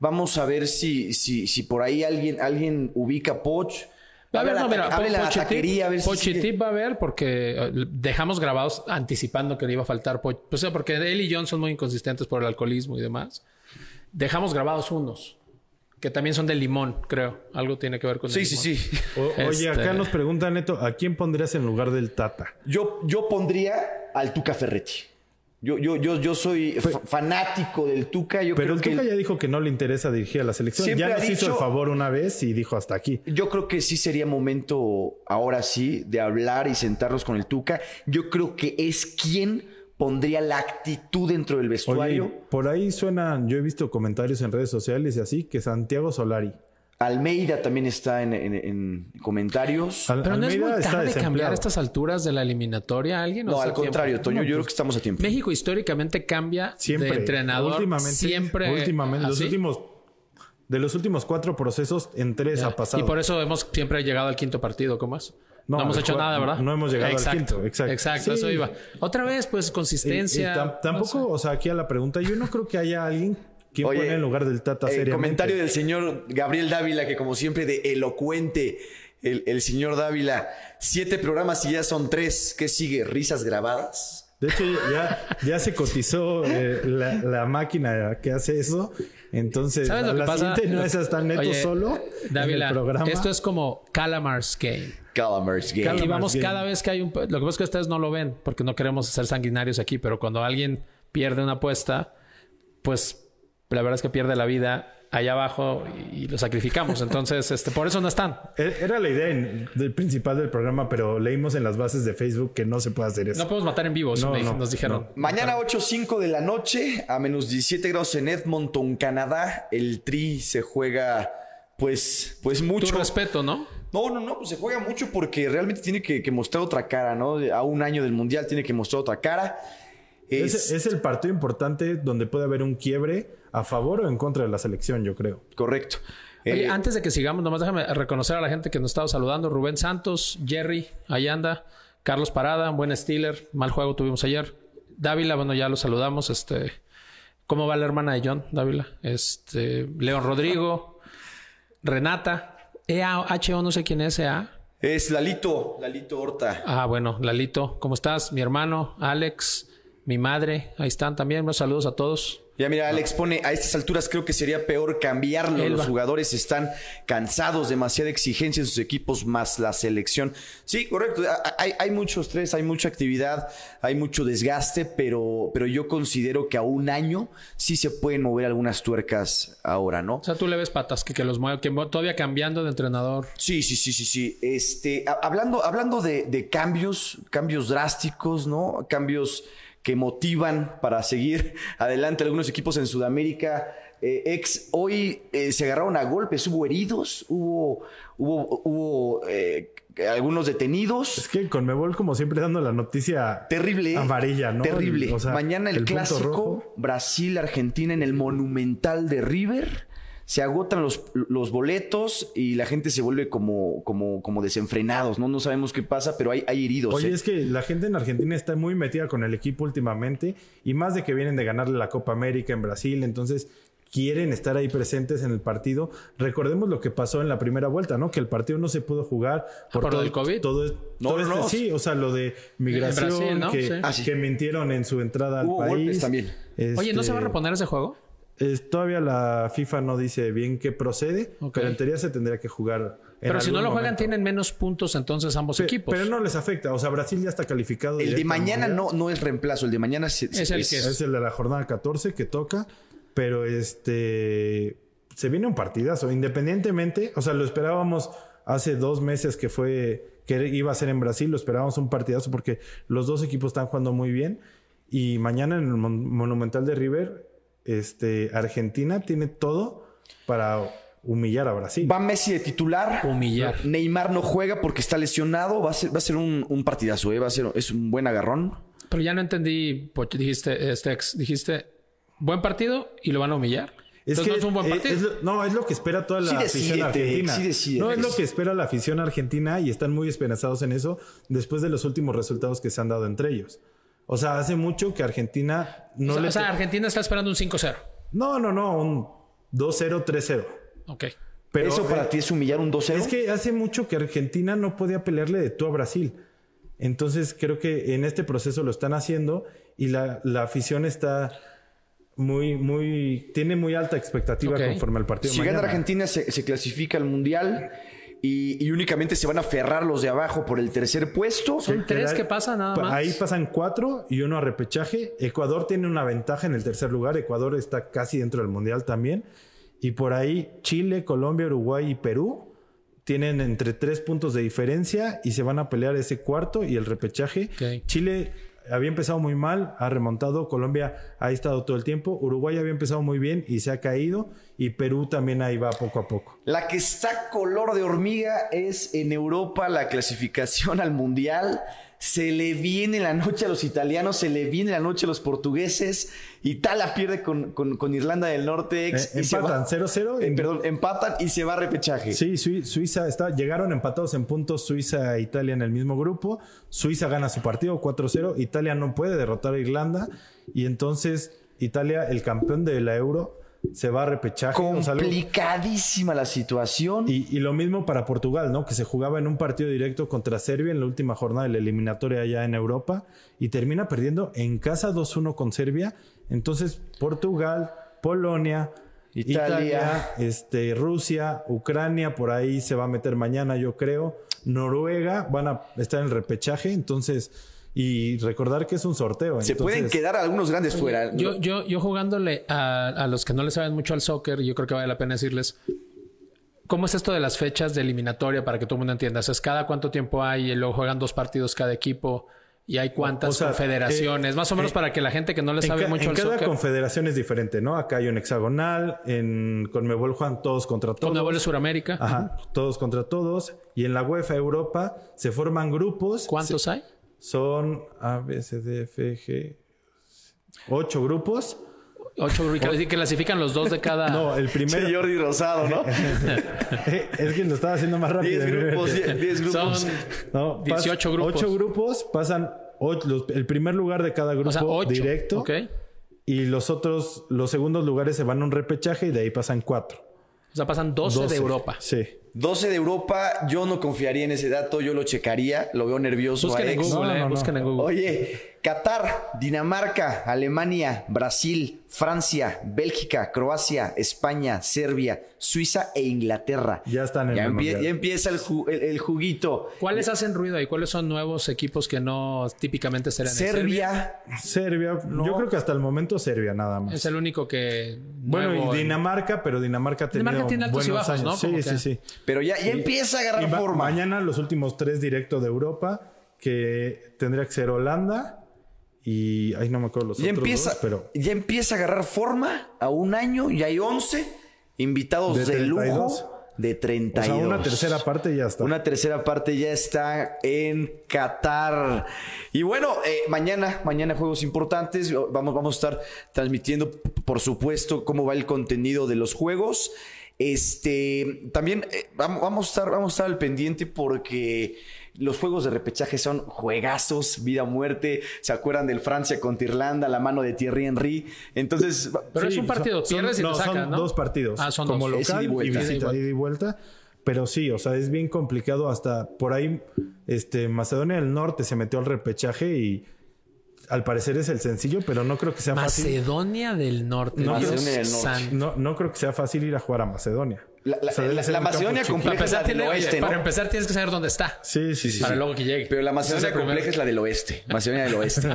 [SPEAKER 1] Vamos a ver si, si, si por ahí alguien, alguien ubica poch.
[SPEAKER 2] Va a haber,
[SPEAKER 1] Habla la
[SPEAKER 2] no,
[SPEAKER 1] ta-
[SPEAKER 2] mira,
[SPEAKER 1] habla la
[SPEAKER 2] Pochettino-
[SPEAKER 1] taquería, a ver si
[SPEAKER 2] Pochettino
[SPEAKER 1] sigue.
[SPEAKER 2] va a haber porque eh, dejamos grabados anticipando que le iba a faltar. Po- O sea, porque él y John son muy inconsistentes por el alcoholismo y demás. Dejamos grabados unos que también son de limón, creo. Algo tiene que ver con
[SPEAKER 1] Sí,
[SPEAKER 2] el
[SPEAKER 1] sí,
[SPEAKER 2] limón.
[SPEAKER 1] sí.
[SPEAKER 3] O-
[SPEAKER 2] Este-
[SPEAKER 3] Oye, acá nos preguntan, Neto, ¿a quién pondrías en lugar del Tata?
[SPEAKER 1] Yo, yo pondría al Tuca Ferretti. Yo, yo, yo, yo soy fa- fanático del Tuca. Yo
[SPEAKER 3] Pero
[SPEAKER 1] creo
[SPEAKER 3] el
[SPEAKER 1] que
[SPEAKER 3] Tuca ya dijo que no le interesa dirigir a la selección.
[SPEAKER 1] Siempre
[SPEAKER 3] Ya
[SPEAKER 1] ha
[SPEAKER 3] nos hizo
[SPEAKER 1] dicho-
[SPEAKER 3] el favor una vez y dijo hasta aquí.
[SPEAKER 1] Yo creo que sí sería momento, ahora sí, de hablar y sentarnos con el Tuca. Yo creo que es quien pondría la actitud dentro del
[SPEAKER 3] Oye,
[SPEAKER 1] vestuario.
[SPEAKER 3] por ahí suenan, yo he visto comentarios en redes sociales y así, que Santiago Solari.
[SPEAKER 1] Almeida también está en, en- en comentarios.
[SPEAKER 3] Al-
[SPEAKER 2] Pero no es
[SPEAKER 3] Almeida
[SPEAKER 2] muy
[SPEAKER 3] está
[SPEAKER 2] tarde
[SPEAKER 3] desempleado.
[SPEAKER 2] cambiar a estas alturas de la eliminatoria a alguien. ¿o
[SPEAKER 1] no,
[SPEAKER 2] está
[SPEAKER 1] al
[SPEAKER 2] a tiempo?
[SPEAKER 1] contrario, Toño,
[SPEAKER 3] No,
[SPEAKER 1] yo creo
[SPEAKER 3] pues,
[SPEAKER 1] que estamos a tiempo. Eh,
[SPEAKER 2] México históricamente cambia
[SPEAKER 3] Siempre.
[SPEAKER 2] de entrenador.
[SPEAKER 3] Últimamente.
[SPEAKER 2] siempre. ¿Ah,
[SPEAKER 3] Últimamente. Los
[SPEAKER 2] así.
[SPEAKER 3] últimos. De los últimos cuatro procesos, en tres ha pasado.
[SPEAKER 2] Y por eso hemos siempre llegado al quinto partido, ¿cómo es? No,
[SPEAKER 3] No,
[SPEAKER 2] hemos
[SPEAKER 3] al
[SPEAKER 2] hecho
[SPEAKER 3] cual-
[SPEAKER 2] nada, ¿verdad?
[SPEAKER 3] no hemos llegado al
[SPEAKER 2] exacto,
[SPEAKER 3] quinto, exacto.
[SPEAKER 2] Exacto,
[SPEAKER 3] Sí.
[SPEAKER 2] eso iba. Otra vez, pues,
[SPEAKER 3] Y- y
[SPEAKER 2] consistencia.
[SPEAKER 3] tam- tampoco,
[SPEAKER 2] no sé.
[SPEAKER 3] o sea, aquí a la pregunta, yo no creo que haya alguien que
[SPEAKER 1] Oye,
[SPEAKER 3] pone en lugar del Tata
[SPEAKER 1] El
[SPEAKER 3] seriamente.
[SPEAKER 1] comentario del señor Gabriel Dávila, que como siempre de elocuente, el, el señor Dávila, siete programas y ya son tres. ¿Qué sigue? ¿Risas grabadas?
[SPEAKER 3] De hecho, ya, ya se cotizó eh, la, la máquina que hace eso. Entonces,
[SPEAKER 2] ¿Sabes
[SPEAKER 3] a
[SPEAKER 2] lo que
[SPEAKER 3] la
[SPEAKER 2] pasa?
[SPEAKER 3] siguiente no
[SPEAKER 2] Lo-
[SPEAKER 3] es hasta neto
[SPEAKER 2] Oye,
[SPEAKER 3] solo en
[SPEAKER 2] Dávila,
[SPEAKER 3] el programa.
[SPEAKER 2] esto es como Calamar's Game.
[SPEAKER 1] Calamar's Game.
[SPEAKER 2] Aquí vamos
[SPEAKER 3] Game.
[SPEAKER 2] cada vez que hay un... Lo que pasa es que ustedes no lo ven porque no queremos ser sanguinarios aquí, pero cuando alguien pierde una apuesta, pues la verdad es que pierde la vida allá abajo y, y lo sacrificamos. Entonces, este, por eso no están.
[SPEAKER 3] E- Era la idea en- del principal del programa, pero leímos en las bases de Facebook que no se puede hacer eso.
[SPEAKER 2] No podemos matar en vivo, eso
[SPEAKER 3] No,
[SPEAKER 2] me-
[SPEAKER 3] no,
[SPEAKER 2] nos dijeron.
[SPEAKER 1] Mañana 8.05 de la noche, a menos 17 grados en Edmonton, Canadá. El Tri se juega, pues, pues
[SPEAKER 2] Tu
[SPEAKER 1] mucho.
[SPEAKER 2] respeto, ¿no?
[SPEAKER 1] No, no, no, pues se juega mucho porque realmente tiene que, que mostrar otra cara, ¿no? A un año del Mundial tiene que mostrar otra cara.
[SPEAKER 3] Es,
[SPEAKER 1] Es,
[SPEAKER 3] es el partido importante donde puede haber un quiebre a favor o en contra de la selección, yo creo.
[SPEAKER 1] correcto.
[SPEAKER 2] Oye,
[SPEAKER 1] Eh,
[SPEAKER 2] antes de que sigamos, nomás déjame reconocer a la gente que nos estaba saludando. Rubén Santos, Jerry, Allanda, Carlos Parada, buen Steeler, mal juego tuvimos ayer. Dávila, bueno, ya lo saludamos. Este, ¿cómo va la hermana de John, Dávila? Este, León Rodrigo, Renata, E EAHO, no sé quién es EA.
[SPEAKER 1] es Lalito, Lalito Horta.
[SPEAKER 2] Ah, bueno, Lalito, ¿cómo estás? Mi hermano, Alex, mi madre, ahí están también. Unos saludos a todos.
[SPEAKER 1] Ya mira, Alex pone, a estas alturas creo que sería peor cambiarlo.
[SPEAKER 2] Elba.
[SPEAKER 1] Los jugadores están cansados, demasiada exigencia en sus equipos, más la selección. Sí, correcto. A- a- Hay, hay mucho estrés, hay mucha actividad, hay mucho desgaste, pero, pero yo considero que a un año sí se pueden mover algunas tuercas ahora, ¿no?
[SPEAKER 2] O sea, tú le ves patas que, que los mueve, que todavía cambiando de entrenador.
[SPEAKER 1] Sí, sí, sí, sí, sí. Este, ha- hablando, hablando de, de cambios, cambios drásticos, ¿no? Cambios que motivan para seguir [LAUGHS] adelante algunos equipos en Sudamérica. eh, ex, hoy eh, se agarraron a golpes, hubo heridos, hubo, hubo, hubo eh, algunos
[SPEAKER 3] Es
[SPEAKER 1] detenidos.
[SPEAKER 3] que con Mebol, como siempre, dando la noticia
[SPEAKER 1] Terrible. ¿eh?
[SPEAKER 3] amarilla, ¿no?
[SPEAKER 1] Terrible.
[SPEAKER 3] O sea,
[SPEAKER 1] Mañana el,
[SPEAKER 3] punto rojo.
[SPEAKER 1] clásico Brasil-Argentina en el Monumental de River. Se agotan los, los boletos y la gente se vuelve como, como, como desenfrenados, ¿no? No sabemos qué pasa, pero hay, hay heridos.
[SPEAKER 3] Oye,
[SPEAKER 1] ¿eh?
[SPEAKER 3] es que la gente en Argentina está muy metida con el equipo últimamente y más de que vienen de ganarle la Copa América en Brasil, entonces quieren estar ahí presentes en el partido. Recordemos lo que pasó en la primera vuelta, ¿no? Que el partido no se pudo jugar
[SPEAKER 2] por lo
[SPEAKER 3] todo-
[SPEAKER 2] del COVID.
[SPEAKER 3] Todo,
[SPEAKER 1] No,
[SPEAKER 3] todo
[SPEAKER 1] no,
[SPEAKER 3] este-
[SPEAKER 1] no.
[SPEAKER 3] Sí, o sea, lo de migración,
[SPEAKER 2] En Brasil, ¿no?
[SPEAKER 3] que,
[SPEAKER 2] Sí.
[SPEAKER 1] Ah, sí.
[SPEAKER 3] que mintieron en su entrada
[SPEAKER 1] Hubo
[SPEAKER 3] al país.
[SPEAKER 1] golpes también.
[SPEAKER 2] Oye, ¿no se va a
[SPEAKER 3] Este,
[SPEAKER 2] reponer ese juego?
[SPEAKER 3] es- todavía la FIFA no dice bien qué procede,
[SPEAKER 2] Ok.
[SPEAKER 3] pero en teoría se tendría que jugar. en
[SPEAKER 2] Pero si no
[SPEAKER 3] algún
[SPEAKER 2] lo juegan,
[SPEAKER 3] momento.
[SPEAKER 2] tienen menos puntos entonces ambos
[SPEAKER 3] Pe-
[SPEAKER 2] equipos.
[SPEAKER 3] Pero no les afecta. O sea, Brasil ya está calificado.
[SPEAKER 1] el de
[SPEAKER 3] directo al
[SPEAKER 1] mañana
[SPEAKER 3] Mundial.
[SPEAKER 1] no, no es reemplazo, el de mañana se-
[SPEAKER 2] Es el que-
[SPEAKER 3] Es el de la jornada 14 que toca, pero este se viene un partidazo. Independientemente, o sea, lo esperábamos hace dos meses que fue que iba a ser en Brasil, lo esperábamos un partidazo porque los dos equipos están jugando muy bien y mañana en el Mon- Monumental de River, este Argentina tiene todo para humillar a Brasil.
[SPEAKER 1] Va Messi de titular.
[SPEAKER 2] Humillar.
[SPEAKER 1] Neymar no juega porque está lesionado. Va a ser, va a ser un, un partidazo, ¿eh? Va a ser es un buen agarrón.
[SPEAKER 2] Pero ya no entendí, Poch, dijiste, este ex, dijiste, buen partido y lo van a humillar.
[SPEAKER 3] Es
[SPEAKER 2] Entonces,
[SPEAKER 3] que
[SPEAKER 2] no es un buen
[SPEAKER 3] es-
[SPEAKER 2] partido.
[SPEAKER 3] es lo- no, es lo que espera toda la
[SPEAKER 1] Sí
[SPEAKER 3] afición
[SPEAKER 1] decídete,
[SPEAKER 3] argentina.
[SPEAKER 1] sí decídete.
[SPEAKER 3] no, es lo que espera la afición argentina y están muy esperanzados en eso después de los últimos resultados que se han dado entre ellos. O sea, hace mucho que Argentina
[SPEAKER 2] o
[SPEAKER 3] no
[SPEAKER 2] sea,
[SPEAKER 3] le...
[SPEAKER 2] o sea, Argentina está esperando un 5-0.
[SPEAKER 3] No, no, no, un 2-0, 3-0.
[SPEAKER 2] Ok.
[SPEAKER 3] Pero
[SPEAKER 1] ¿Eso para
[SPEAKER 3] eh,
[SPEAKER 1] ti es humillar un 2-0?
[SPEAKER 3] Es que hace mucho que Argentina no podía pelearle de tú a Brasil. Entonces creo que en este proceso lo están haciendo y la, la afición está muy, muy, tiene muy alta expectativa
[SPEAKER 2] Ok.
[SPEAKER 3] conforme al partido.
[SPEAKER 1] Si gana
[SPEAKER 3] mañana.
[SPEAKER 1] Argentina, se, se clasifica al Mundial y, y únicamente se van a aferrar los de abajo por el tercer puesto.
[SPEAKER 2] Son tres
[SPEAKER 3] Queda-
[SPEAKER 2] que pasan nada
[SPEAKER 3] pa-
[SPEAKER 2] más.
[SPEAKER 3] Ahí pasan cuatro y uno a repechaje. Ecuador tiene una ventaja en el tercer lugar. Ecuador está casi dentro del mundial también. Y por ahí Chile, Colombia, Uruguay y Perú tienen entre tres puntos de diferencia y se van a pelear ese cuarto y el repechaje.
[SPEAKER 2] Ok.
[SPEAKER 3] Chile había empezado muy mal, ha remontado. Colombia ha estado todo el tiempo. Uruguay había empezado muy bien y se ha caído. Y Perú también ahí va poco a poco.
[SPEAKER 1] La que está color de hormiga es en Europa la clasificación al Mundial. Se le viene la noche a los italianos, se le viene la noche a los portugueses. Italia pierde con, con- con Irlanda del Norte. ex,
[SPEAKER 3] Eh,
[SPEAKER 1] y se
[SPEAKER 3] empatan
[SPEAKER 1] va-
[SPEAKER 3] 0-0
[SPEAKER 1] eh,
[SPEAKER 3] en-
[SPEAKER 1] perdón, empatan y se va a repechaje.
[SPEAKER 3] Sí, Sui- Suiza está, llegaron empatados en puntos Suiza e Italia en el mismo grupo. Suiza gana su partido 4-0. Italia no puede derrotar a Irlanda. Y entonces Italia, el campeón de la Euro, se va a repechaje. o sea, algo-
[SPEAKER 1] Complicadísima la situación.
[SPEAKER 3] y, y lo mismo para Portugal, ¿no? Que se jugaba en un partido directo contra Serbia en la última jornada de la eliminatoria allá en Europa y termina perdiendo en casa 2-1 con Serbia. Entonces, Portugal, Polonia,
[SPEAKER 1] Italia.
[SPEAKER 3] Italia, este, Rusia, Ucrania, por ahí se va a meter mañana, yo creo. Noruega van a estar en el repechaje. Entonces, y recordar que es un sorteo.
[SPEAKER 1] se pueden
[SPEAKER 3] entonces-
[SPEAKER 1] quedar algunos grandes fuera.
[SPEAKER 2] Yo, yo, yo jugándole a, a los que no le saben mucho al soccer, yo creo que vale la pena decirles cómo es esto de las fechas de eliminatoria para que todo el mundo entienda. O sea, es cada cuánto tiempo hay y luego juegan dos partidos cada equipo y hay cuántas
[SPEAKER 3] O sea,
[SPEAKER 2] confederaciones.
[SPEAKER 3] eh,
[SPEAKER 2] más o menos
[SPEAKER 3] eh,
[SPEAKER 2] para que la gente que no le
[SPEAKER 3] En
[SPEAKER 2] sabe
[SPEAKER 3] ca-
[SPEAKER 2] mucho
[SPEAKER 3] en
[SPEAKER 2] al
[SPEAKER 3] cada
[SPEAKER 2] soccer.
[SPEAKER 3] confederación es diferente, ¿no? Acá hay un hexagonal, en Conmebol juegan todos contra todos.
[SPEAKER 2] Con Nuevo Suramérica.
[SPEAKER 3] Ajá, todos contra todos. Y en la UEFA Europa se forman grupos.
[SPEAKER 2] ¿Cuántos hay?
[SPEAKER 3] Se- Son A, B, C, D, F, G. Ocho grupos.
[SPEAKER 2] Ocho que clasifican los dos de cada.
[SPEAKER 3] [LAUGHS] No, el primero.
[SPEAKER 1] Che, Jordi Rosado,
[SPEAKER 3] [LAUGHS]
[SPEAKER 1] ¿no?
[SPEAKER 3] es que lo estaba haciendo más rápido.
[SPEAKER 1] 10 grupos, 10 grupos.
[SPEAKER 2] Son,
[SPEAKER 3] No, pas-
[SPEAKER 2] 18 grupos.
[SPEAKER 3] Ocho grupos pasan ocho- los- el primer lugar de cada grupo
[SPEAKER 2] o sea, ocho.
[SPEAKER 3] directo.
[SPEAKER 2] Ok.
[SPEAKER 3] Y los otros, los segundos lugares se van a un repechaje y de ahí pasan cuatro.
[SPEAKER 2] O sea, pasan 12,
[SPEAKER 3] Doce.
[SPEAKER 2] de Europa.
[SPEAKER 3] Sí.
[SPEAKER 1] 12 de Europa, yo no confiaría en ese dato, yo lo checaría, lo veo nervioso.
[SPEAKER 2] Busquen en
[SPEAKER 1] Alex.
[SPEAKER 2] Google,
[SPEAKER 3] No,
[SPEAKER 2] eh,
[SPEAKER 3] no, no.
[SPEAKER 2] busquen en Google.
[SPEAKER 1] Oye, Qatar, Dinamarca, Alemania, Brasil, Francia, Bélgica, Croacia, España, Serbia, Suiza e Inglaterra.
[SPEAKER 3] Ya están en
[SPEAKER 1] ya,
[SPEAKER 3] el
[SPEAKER 1] empie-
[SPEAKER 3] Mundial.
[SPEAKER 1] ya empieza el, ju- el- el juguito.
[SPEAKER 2] ¿Cuáles hacen ruido ahí? ¿Cuáles son nuevos equipos que no típicamente serán en
[SPEAKER 1] Serbia,
[SPEAKER 3] Serbia, yo creo que hasta el momento Serbia nada más.
[SPEAKER 2] Es el único que.
[SPEAKER 3] Bueno,
[SPEAKER 2] nuevo
[SPEAKER 3] y
[SPEAKER 2] en-
[SPEAKER 3] Dinamarca, pero Dinamarca ha tenido
[SPEAKER 2] Dinamarca tiene altos y
[SPEAKER 3] buenos
[SPEAKER 2] bajos, ¿no?
[SPEAKER 3] años.
[SPEAKER 2] Como
[SPEAKER 3] Sí,
[SPEAKER 2] que-
[SPEAKER 3] sí, sí.
[SPEAKER 1] pero ya, ya empieza a agarrar
[SPEAKER 3] Y ma-
[SPEAKER 1] forma.
[SPEAKER 3] Mañana los últimos tres directos de Europa, que tendría que ser Holanda y... Ay, no me acuerdo los
[SPEAKER 1] ya,
[SPEAKER 3] otros
[SPEAKER 1] empieza,
[SPEAKER 3] dos, pero...
[SPEAKER 1] ya empieza a agarrar forma a un año y hay 11 invitados de,
[SPEAKER 3] De
[SPEAKER 1] lujo
[SPEAKER 3] 32.
[SPEAKER 1] de
[SPEAKER 3] O
[SPEAKER 1] 32.
[SPEAKER 3] sea, una tercera parte y ya está.
[SPEAKER 1] Una tercera parte ya está en Qatar. Y bueno, eh, mañana, mañana juegos importantes. Vamos, vamos a estar transmitiendo, por supuesto, cómo va el contenido de los juegos. Este, también eh, vamos, vamos a estar, vamos a estar al pendiente porque los juegos de repechaje son juegazos, vida muerte. ¿Se acuerdan del Francia contra Irlanda, la mano de Thierry Henry? Entonces,
[SPEAKER 2] Pero es
[SPEAKER 3] Sí,
[SPEAKER 2] un
[SPEAKER 3] son-
[SPEAKER 2] partido,
[SPEAKER 3] son-
[SPEAKER 2] pierdes y
[SPEAKER 3] no,
[SPEAKER 2] te sacan,
[SPEAKER 3] son
[SPEAKER 2] ¿no?
[SPEAKER 3] dos partidos.
[SPEAKER 2] Ah, son
[SPEAKER 3] como
[SPEAKER 2] dos.
[SPEAKER 1] Es ida
[SPEAKER 3] local
[SPEAKER 1] y
[SPEAKER 3] y,
[SPEAKER 1] vuelta.
[SPEAKER 3] visita,
[SPEAKER 2] Ida y
[SPEAKER 3] ida
[SPEAKER 2] vuelta.
[SPEAKER 3] y vuelta. Pero sí, o sea, es bien complicado hasta por ahí. Este Macedonia del Norte se metió al repechaje y al parecer es el sencillo, pero no creo que sea fácil.
[SPEAKER 2] Macedonia del Norte.
[SPEAKER 1] No,
[SPEAKER 2] Dios
[SPEAKER 1] Macedonia del Norte.
[SPEAKER 2] santo.
[SPEAKER 3] No, no creo que sea fácil ir a jugar a Macedonia.
[SPEAKER 1] la, la-
[SPEAKER 3] O sea, debe
[SPEAKER 1] la-
[SPEAKER 3] ser
[SPEAKER 1] la
[SPEAKER 3] un campo
[SPEAKER 1] Macedonia
[SPEAKER 3] chiquito.
[SPEAKER 2] Para
[SPEAKER 1] compleja es la
[SPEAKER 2] empezar,
[SPEAKER 1] del
[SPEAKER 2] tiene- oye,
[SPEAKER 1] oeste, ¿no?
[SPEAKER 2] para empezar tienes que saber dónde está.
[SPEAKER 3] Sí, sí, sí.
[SPEAKER 2] para
[SPEAKER 3] sí.
[SPEAKER 2] luego que llegue.
[SPEAKER 1] Pero la
[SPEAKER 2] Esa
[SPEAKER 1] Macedonia
[SPEAKER 2] es la primera.
[SPEAKER 1] compleja es la del oeste. Macedonia del
[SPEAKER 3] [LAUGHS]
[SPEAKER 1] oeste.